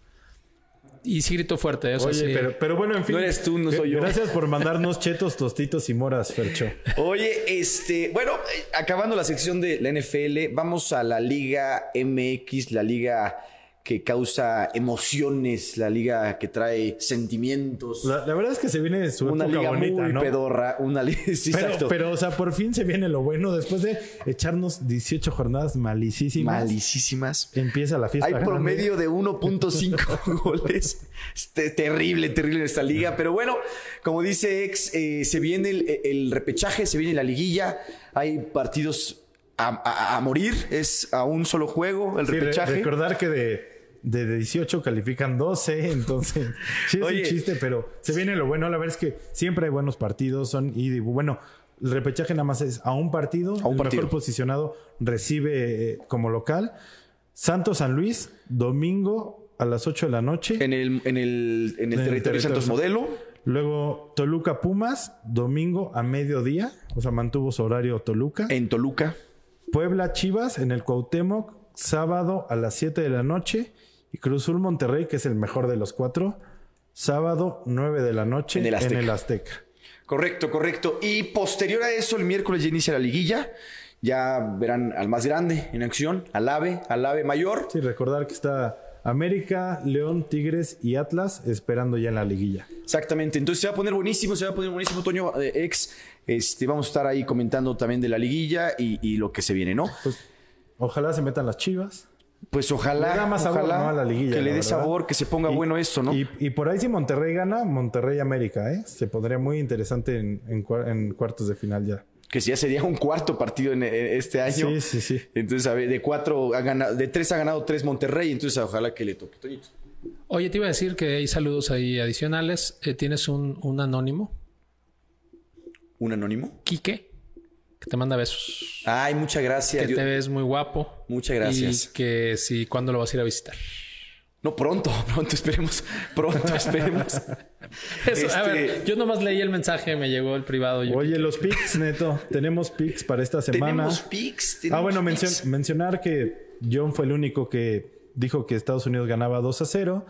[SPEAKER 2] Y sí gritó fuerte. O sea,
[SPEAKER 3] Oye,
[SPEAKER 2] sí.
[SPEAKER 3] pero, pero bueno, en fin.
[SPEAKER 1] No eres tú, no soy yo.
[SPEAKER 3] Gracias por mandarnos chetos, tostitos y moras, Fercho.
[SPEAKER 1] Oye, este, bueno, eh, acabando la sección de la NFL, vamos a la Liga MX, la liga que causa emociones, la liga que trae sentimientos.
[SPEAKER 3] La, la verdad es que se viene su
[SPEAKER 1] una
[SPEAKER 3] época
[SPEAKER 1] liga
[SPEAKER 3] bonita,
[SPEAKER 1] muy
[SPEAKER 3] ¿no?
[SPEAKER 1] pedorra, una liga, [LAUGHS] sí,
[SPEAKER 3] Pero,
[SPEAKER 1] exacto.
[SPEAKER 3] pero, o sea, por fin se viene lo bueno. Después de echarnos 18 jornadas malicísimas,
[SPEAKER 1] Malicísimas.
[SPEAKER 3] empieza la fiesta.
[SPEAKER 1] Hay
[SPEAKER 3] grande.
[SPEAKER 1] promedio de
[SPEAKER 3] [LAUGHS]
[SPEAKER 1] 1.5 goles. Este, terrible, terrible esta liga. Pero bueno, como dice ex, eh, se viene el, el repechaje, se viene la liguilla. Hay partidos a, a- a morir. Es a un solo juego el
[SPEAKER 3] Sí, re-
[SPEAKER 1] repechaje.
[SPEAKER 3] recordar que de, de 18 califican 12, [LAUGHS] entonces sí es
[SPEAKER 1] Oye.
[SPEAKER 3] un chiste, pero se viene lo bueno. La verdad es que siempre hay buenos partidos, son y digo, bueno, el repechaje nada más es a un partido,
[SPEAKER 1] A un
[SPEAKER 3] el
[SPEAKER 1] partido.
[SPEAKER 3] mejor posicionado recibe eh, como local. Santos San Luis, domingo a las 8 de la noche.
[SPEAKER 1] En el, en el, en el territorio
[SPEAKER 3] el territorio,
[SPEAKER 1] Santos
[SPEAKER 3] ¿no?
[SPEAKER 1] Modelo.
[SPEAKER 3] Luego Toluca Pumas, domingo a mediodía. O sea, mantuvo su horario Toluca.
[SPEAKER 1] En Toluca.
[SPEAKER 3] Puebla Chivas en el Cuauhtémoc, sábado a las 7 de la noche. Y Cruzul Monterrey, que es el mejor de los cuatro, sábado 9 de la noche
[SPEAKER 1] En el Azteca.
[SPEAKER 3] Azteca.
[SPEAKER 1] Correcto, correcto. Y posterior a eso, el miércoles ya inicia la liguilla. Ya verán al más grande en acción, al ave, al ave mayor.
[SPEAKER 3] Sí, recordar que está América, León, Tigres y Atlas esperando ya en la liguilla.
[SPEAKER 1] Exactamente. Entonces se va a poner buenísimo, se va a poner buenísimo, Toño eh, ex. Este, vamos a estar ahí comentando también de la liguilla y, y lo que se viene, ¿no?
[SPEAKER 3] Pues, ojalá se metan las Chivas.
[SPEAKER 1] Pues ojalá,
[SPEAKER 3] Le da más sabor,
[SPEAKER 1] ojalá
[SPEAKER 3] ¿no? a la liguilla,
[SPEAKER 1] que le
[SPEAKER 3] la
[SPEAKER 1] dé
[SPEAKER 3] verdad.
[SPEAKER 1] sabor, que se ponga
[SPEAKER 3] Y-
[SPEAKER 1] bueno esto, ¿no?
[SPEAKER 3] Y, y por ahí si Monterrey gana, Monterrey América, ¿eh? Se pondría muy interesante en, en cua- en cuartos de final ya.
[SPEAKER 1] que ya sería un cuarto partido en, en este año.
[SPEAKER 3] Sí, sí, sí.
[SPEAKER 1] Entonces, a ver, de cuatro ha ganado, de tres ha ganado tres Monterrey, entonces ojalá que le toque. Toñito.
[SPEAKER 2] Oye, te iba a decir que hay saludos ahí adicionales. Eh, tienes un, un anónimo,
[SPEAKER 1] ¿Un anónimo?
[SPEAKER 2] Quique, que te manda besos.
[SPEAKER 1] Ay, muchas gracias.
[SPEAKER 2] Que
[SPEAKER 1] Yo-
[SPEAKER 2] te ves muy guapo.
[SPEAKER 1] Muchas gracias.
[SPEAKER 2] Y que si, ¿cuándo lo vas a ir a visitar? [LAUGHS]
[SPEAKER 1] No, pronto, [LAUGHS] pronto, esperemos, pronto,
[SPEAKER 3] [LAUGHS]
[SPEAKER 1] esperemos.
[SPEAKER 2] Eso,
[SPEAKER 1] Este-
[SPEAKER 2] A ver, yo nomás leí el mensaje, me llegó el privado. yo-
[SPEAKER 3] Oye, los picks,
[SPEAKER 1] [LAUGHS]
[SPEAKER 3] Neto. Tenemos picks para esta semana.
[SPEAKER 1] Tenemos pics.
[SPEAKER 3] Ah, bueno,
[SPEAKER 1] tenemos
[SPEAKER 3] mencion-
[SPEAKER 1] picks.
[SPEAKER 3] mencionar que John fue el único que dijo que Estados Unidos ganaba 2 a 0.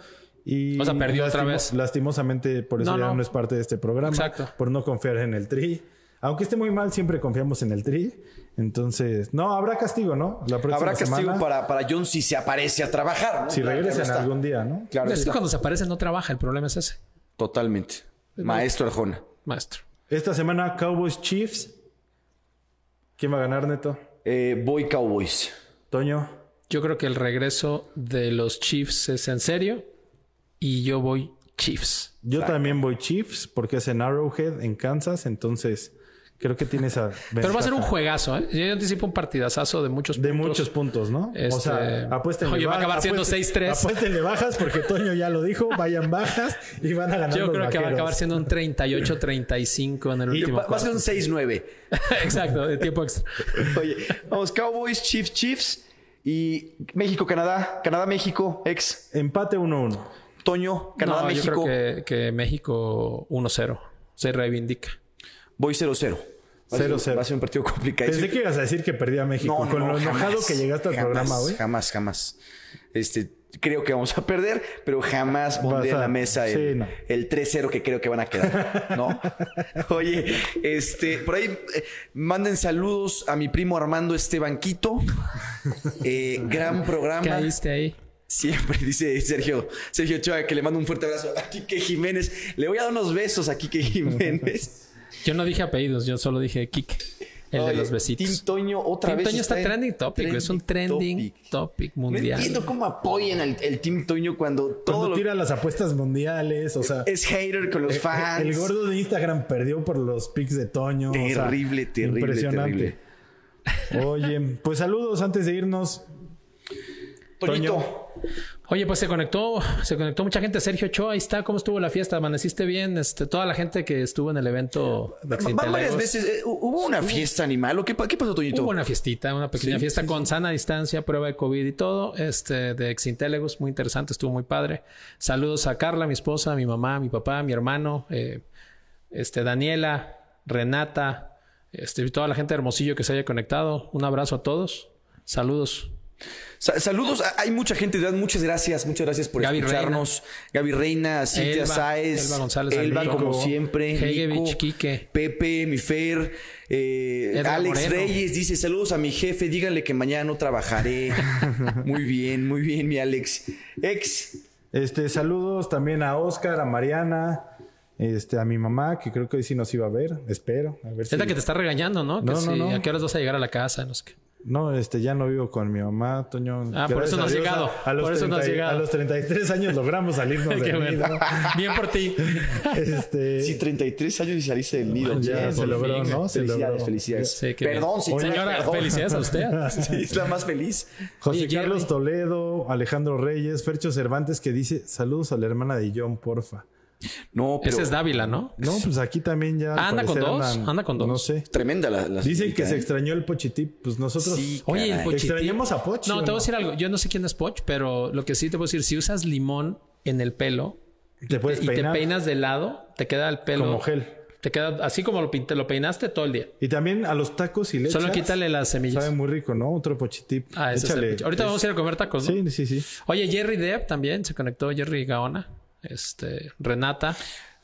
[SPEAKER 3] Y
[SPEAKER 2] O sea, perdió otra vez.
[SPEAKER 3] Lastimosamente, por eso
[SPEAKER 2] No,
[SPEAKER 3] ya
[SPEAKER 2] no.
[SPEAKER 3] no. es parte de este programa.
[SPEAKER 2] Exacto.
[SPEAKER 3] Por no confiar en el tri. Aunque esté muy mal, siempre confiamos en el tri. Entonces, no, habrá castigo, ¿no? La próxima
[SPEAKER 1] Habrá castigo
[SPEAKER 3] semana,
[SPEAKER 1] para, para John si se aparece a trabajar. ¿no?
[SPEAKER 3] Si
[SPEAKER 1] Claro,
[SPEAKER 3] regresan
[SPEAKER 1] claro está.
[SPEAKER 3] algún día, ¿no?
[SPEAKER 1] Claro,
[SPEAKER 2] es que
[SPEAKER 1] está.
[SPEAKER 2] cuando se aparece no trabaja, el problema es ese,
[SPEAKER 1] totalmente. Maestro Arjona.
[SPEAKER 2] maestro.
[SPEAKER 3] Esta semana, Cowboys Chiefs. ¿Quién va a ganar, Neto?
[SPEAKER 1] Eh, voy Cowboys.
[SPEAKER 3] Toño.
[SPEAKER 2] Yo creo que el regreso de los Chiefs es en serio y yo voy Chiefs.
[SPEAKER 3] Yo también voy Chiefs porque es en Arrowhead, en Kansas. Entonces, creo que tiene esa.
[SPEAKER 2] [LAUGHS] Pero va a ser un
[SPEAKER 3] ventaja.
[SPEAKER 2] juegazo, ¿eh? Yo anticipo un partidazazo de muchos
[SPEAKER 3] De
[SPEAKER 2] puntos.
[SPEAKER 3] muchos puntos, ¿no?
[SPEAKER 2] Este,
[SPEAKER 3] O sea, apuéstenle
[SPEAKER 2] oye, va a
[SPEAKER 3] ba-
[SPEAKER 2] acabar siendo
[SPEAKER 3] apuésten-
[SPEAKER 2] 6-3.
[SPEAKER 3] Apuéstenle bajas porque Toño ya lo dijo, vayan bajas y van a ganar
[SPEAKER 2] Yo
[SPEAKER 3] los
[SPEAKER 2] creo que va a
[SPEAKER 3] vaqueros.
[SPEAKER 2] acabar siendo un 38-35 en el
[SPEAKER 1] Y
[SPEAKER 2] último
[SPEAKER 1] va, va a ser un 6-9.
[SPEAKER 2] cuarto. [LAUGHS] Exacto, de tiempo extra.
[SPEAKER 1] Oye, vamos, Cowboys, Chiefs, Chiefs y México, Canadá, Canadá, México, ex
[SPEAKER 3] Empate 1-1.
[SPEAKER 1] Toño, Canadá,
[SPEAKER 2] No,
[SPEAKER 1] México,
[SPEAKER 2] yo creo que, que México 1-0 se reivindica.
[SPEAKER 1] voy 0-0. Va a ser-
[SPEAKER 3] 0-0.
[SPEAKER 1] Va a ser un partido complicado.
[SPEAKER 3] Pensé que ibas a decir que perdía México.
[SPEAKER 1] No, no,
[SPEAKER 3] Con
[SPEAKER 1] no,
[SPEAKER 3] lo enojado
[SPEAKER 1] jamás,
[SPEAKER 3] que llegaste al
[SPEAKER 1] jamás,
[SPEAKER 3] programa, güey.
[SPEAKER 1] Jamás, jamás. Este, creo que vamos a perder, pero jamás pondré
[SPEAKER 3] a-
[SPEAKER 1] en la mesa el,
[SPEAKER 3] sí, no.
[SPEAKER 1] el 3-0 que creo que van a quedar,
[SPEAKER 3] [LAUGHS]
[SPEAKER 1] ¿no? Oye, este, por ahí eh, manden saludos a mi primo Armando Estebanquito. Eh, gran
[SPEAKER 2] ¿Qué
[SPEAKER 1] programa.
[SPEAKER 2] caíste ahí?
[SPEAKER 1] Siempre dice Sergio, Sergio Ochoa, que le mando un fuerte abrazo a Quique Jiménez. Le voy a dar unos besos a Quique Jiménez.
[SPEAKER 2] Yo no dije apellidos, yo solo dije Kike, [LAUGHS] el de
[SPEAKER 1] Oye,
[SPEAKER 2] los besitos.
[SPEAKER 1] Tim Toño otra
[SPEAKER 2] Tim
[SPEAKER 1] vez.
[SPEAKER 2] Toño está,
[SPEAKER 1] en
[SPEAKER 2] trending topic, güey, es un trending
[SPEAKER 1] topic.
[SPEAKER 2] topic, mundial.
[SPEAKER 1] No entiendo cómo apoyan al el Team Toño cuando todo
[SPEAKER 3] Cuando
[SPEAKER 1] lo
[SPEAKER 3] tira las apuestas mundiales, o sea,
[SPEAKER 1] es hater con
[SPEAKER 2] Eh,
[SPEAKER 1] los fans.
[SPEAKER 3] Eh, el gordo de Instagram perdió por los pics de Toño. o sea,
[SPEAKER 1] Terrible, terrible,
[SPEAKER 3] impresionante. Oye, pues saludos antes de irnos.
[SPEAKER 1] Toñito,
[SPEAKER 2] Oye, pues se conectó, se conectó mucha gente. Sergio Ochoa, ahí está, ¿cómo estuvo la fiesta? ¿Amaneciste bien? Este, toda la gente que estuvo en el evento de
[SPEAKER 1] va- van varias
[SPEAKER 2] Exintelegos.
[SPEAKER 1] veces. eh, hu- ¿Hubo una fiesta animal? ¿O qué, pa- qué pasó, Toñito?
[SPEAKER 2] Hubo una fiestita, una pequeña
[SPEAKER 1] Sí,
[SPEAKER 2] fiesta con sana distancia, prueba de COVID y todo, este, de Exintelegos, muy interesante, estuvo muy padre. Saludos a Carla, mi esposa, mi mamá, mi papá, mi hermano, eh, este, Daniela, Renata, este, y toda la gente de Hermosillo que se haya conectado. Un abrazo a todos. Saludos.
[SPEAKER 1] Sa- saludos, a- hay mucha gente, de verdad, muchas gracias, muchas gracias por
[SPEAKER 2] Gaby
[SPEAKER 1] escucharnos. Gaby Reina, Cintia
[SPEAKER 2] Elba,
[SPEAKER 1] Sáez,
[SPEAKER 2] Elba González,
[SPEAKER 1] Elba,
[SPEAKER 2] Nico,
[SPEAKER 1] como siempre,
[SPEAKER 2] Hegevich,
[SPEAKER 1] Nico,
[SPEAKER 2] Quique.
[SPEAKER 1] Pepe, mi Fer, eh,
[SPEAKER 2] Edgar
[SPEAKER 1] Alex
[SPEAKER 2] Moreno.
[SPEAKER 1] Reyes dice: Saludos a mi jefe, díganle que mañana no
[SPEAKER 2] [LAUGHS]
[SPEAKER 1] trabajaré. muy bien, muy bien, mi Alex. Ex,
[SPEAKER 3] Este, saludos también a Oscar, a Mariana, este, a mi mamá, que creo que hoy sí nos iba a ver, espero. A ver
[SPEAKER 2] Es la
[SPEAKER 3] si-
[SPEAKER 2] que te está regañando, ¿no? Que
[SPEAKER 3] No, no,
[SPEAKER 2] si-
[SPEAKER 3] no.
[SPEAKER 2] ¿A qué horas vas a llegar a la casa? No sé qué.
[SPEAKER 3] No, este, ya no vivo con mi mamá, Toño.
[SPEAKER 2] Ah, por
[SPEAKER 3] Gracias
[SPEAKER 2] eso no
[SPEAKER 3] a
[SPEAKER 2] has
[SPEAKER 3] Dios,
[SPEAKER 2] llegado.
[SPEAKER 3] A, a los
[SPEAKER 2] Por eso no has
[SPEAKER 3] 30 y-
[SPEAKER 2] llegado.
[SPEAKER 3] A los 33 años logramos salirnos
[SPEAKER 2] [LAUGHS] Qué
[SPEAKER 3] del
[SPEAKER 2] bueno.
[SPEAKER 3] nido.
[SPEAKER 2] Bien por ti.
[SPEAKER 1] [LAUGHS]
[SPEAKER 3] Este,
[SPEAKER 2] Eh.
[SPEAKER 1] sí, 33 años y saliste del nido.
[SPEAKER 3] ya
[SPEAKER 1] Bien,
[SPEAKER 3] se
[SPEAKER 1] por
[SPEAKER 3] logró,
[SPEAKER 2] fin,
[SPEAKER 3] ¿no? Se
[SPEAKER 1] Felicidades,
[SPEAKER 3] logró.
[SPEAKER 1] felicidades.
[SPEAKER 2] Sí, qué bien.
[SPEAKER 1] perdón, señora.
[SPEAKER 2] Señora,
[SPEAKER 1] perdón.
[SPEAKER 2] felicidades a usted.
[SPEAKER 1] [LAUGHS] Sí, es la más feliz.
[SPEAKER 3] José
[SPEAKER 2] Oye,
[SPEAKER 3] Carlos
[SPEAKER 2] Jerry.
[SPEAKER 3] Toledo, Alejandro Reyes, Fercho Cervantes que dice saludos a la hermana de John, porfa.
[SPEAKER 1] No, pero
[SPEAKER 2] Ese es Dávila, ¿no?
[SPEAKER 3] No,
[SPEAKER 2] [LAUGHS]
[SPEAKER 3] pues aquí también ya. al
[SPEAKER 2] Ah, anda con
[SPEAKER 3] parecer
[SPEAKER 2] dos,
[SPEAKER 3] andan-
[SPEAKER 2] anda con dos.
[SPEAKER 3] No sé.
[SPEAKER 1] tremenda la... la
[SPEAKER 3] Dicen que
[SPEAKER 1] cita,
[SPEAKER 3] se
[SPEAKER 1] ¿eh?
[SPEAKER 3] extrañó el Pochitip. Pues nosotros.
[SPEAKER 1] Sí,
[SPEAKER 2] Oye, el
[SPEAKER 1] caray.
[SPEAKER 2] Pochití-
[SPEAKER 3] Extrañamos a Poch,
[SPEAKER 2] No,
[SPEAKER 3] ¿o
[SPEAKER 2] te voy
[SPEAKER 3] no?
[SPEAKER 2] a decir algo. Yo no sé quién es Poch, pero lo que sí te puedo decir, si usas limón en el pelo
[SPEAKER 3] Te puedes
[SPEAKER 2] y
[SPEAKER 3] peinar
[SPEAKER 2] te peinas de lado, te queda el pelo.
[SPEAKER 3] como gel.
[SPEAKER 2] Te queda así como lo, pin- te lo peinaste todo el día.
[SPEAKER 3] Y también a los tacos y le
[SPEAKER 2] Solo
[SPEAKER 3] echas,
[SPEAKER 2] quítale las semillas.
[SPEAKER 3] Sabe muy rico, ¿no? Otro Pochitip.
[SPEAKER 2] Ah, ese es el Poch. Ahorita
[SPEAKER 3] Es-
[SPEAKER 2] vamos a ir a comer tacos. ¿no?
[SPEAKER 3] Sí, sí, sí.
[SPEAKER 2] Oye, Jerry Depp también se conectó, Jerry Gaona, este, Renata.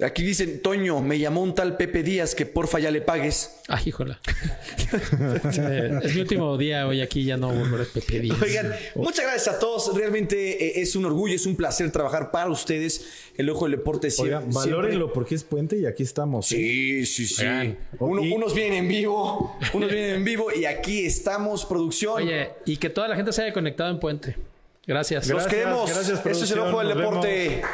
[SPEAKER 1] Aquí dicen, Toño, me llamó un tal Pepe Díaz que porfa ya le pagues.
[SPEAKER 2] Ah,
[SPEAKER 3] [LAUGHS]
[SPEAKER 2] híjola. Eh, es mi último día hoy aquí, ya no volveré a Pepe Díaz.
[SPEAKER 1] Oigan, muchas gracias a todos. Realmente eh, es un orgullo, es un placer trabajar para ustedes. El ojo del deporte siempre.
[SPEAKER 3] Oigan, valórenlo porque es puente y aquí estamos. ¿eh?
[SPEAKER 1] Sí, sí, sí.
[SPEAKER 2] Oigan,
[SPEAKER 1] Uno-
[SPEAKER 3] y-
[SPEAKER 1] Unos vienen en vivo, unos vienen en vivo y aquí estamos, producción.
[SPEAKER 2] Oye, y que toda la gente se haya conectado en Puente. Gracias.
[SPEAKER 1] Los
[SPEAKER 3] Gracias,
[SPEAKER 1] queremos.
[SPEAKER 3] gracias,
[SPEAKER 1] Esto es el
[SPEAKER 3] producción.
[SPEAKER 1] ojo del
[SPEAKER 3] Nos
[SPEAKER 1] deporte.
[SPEAKER 3] vemos.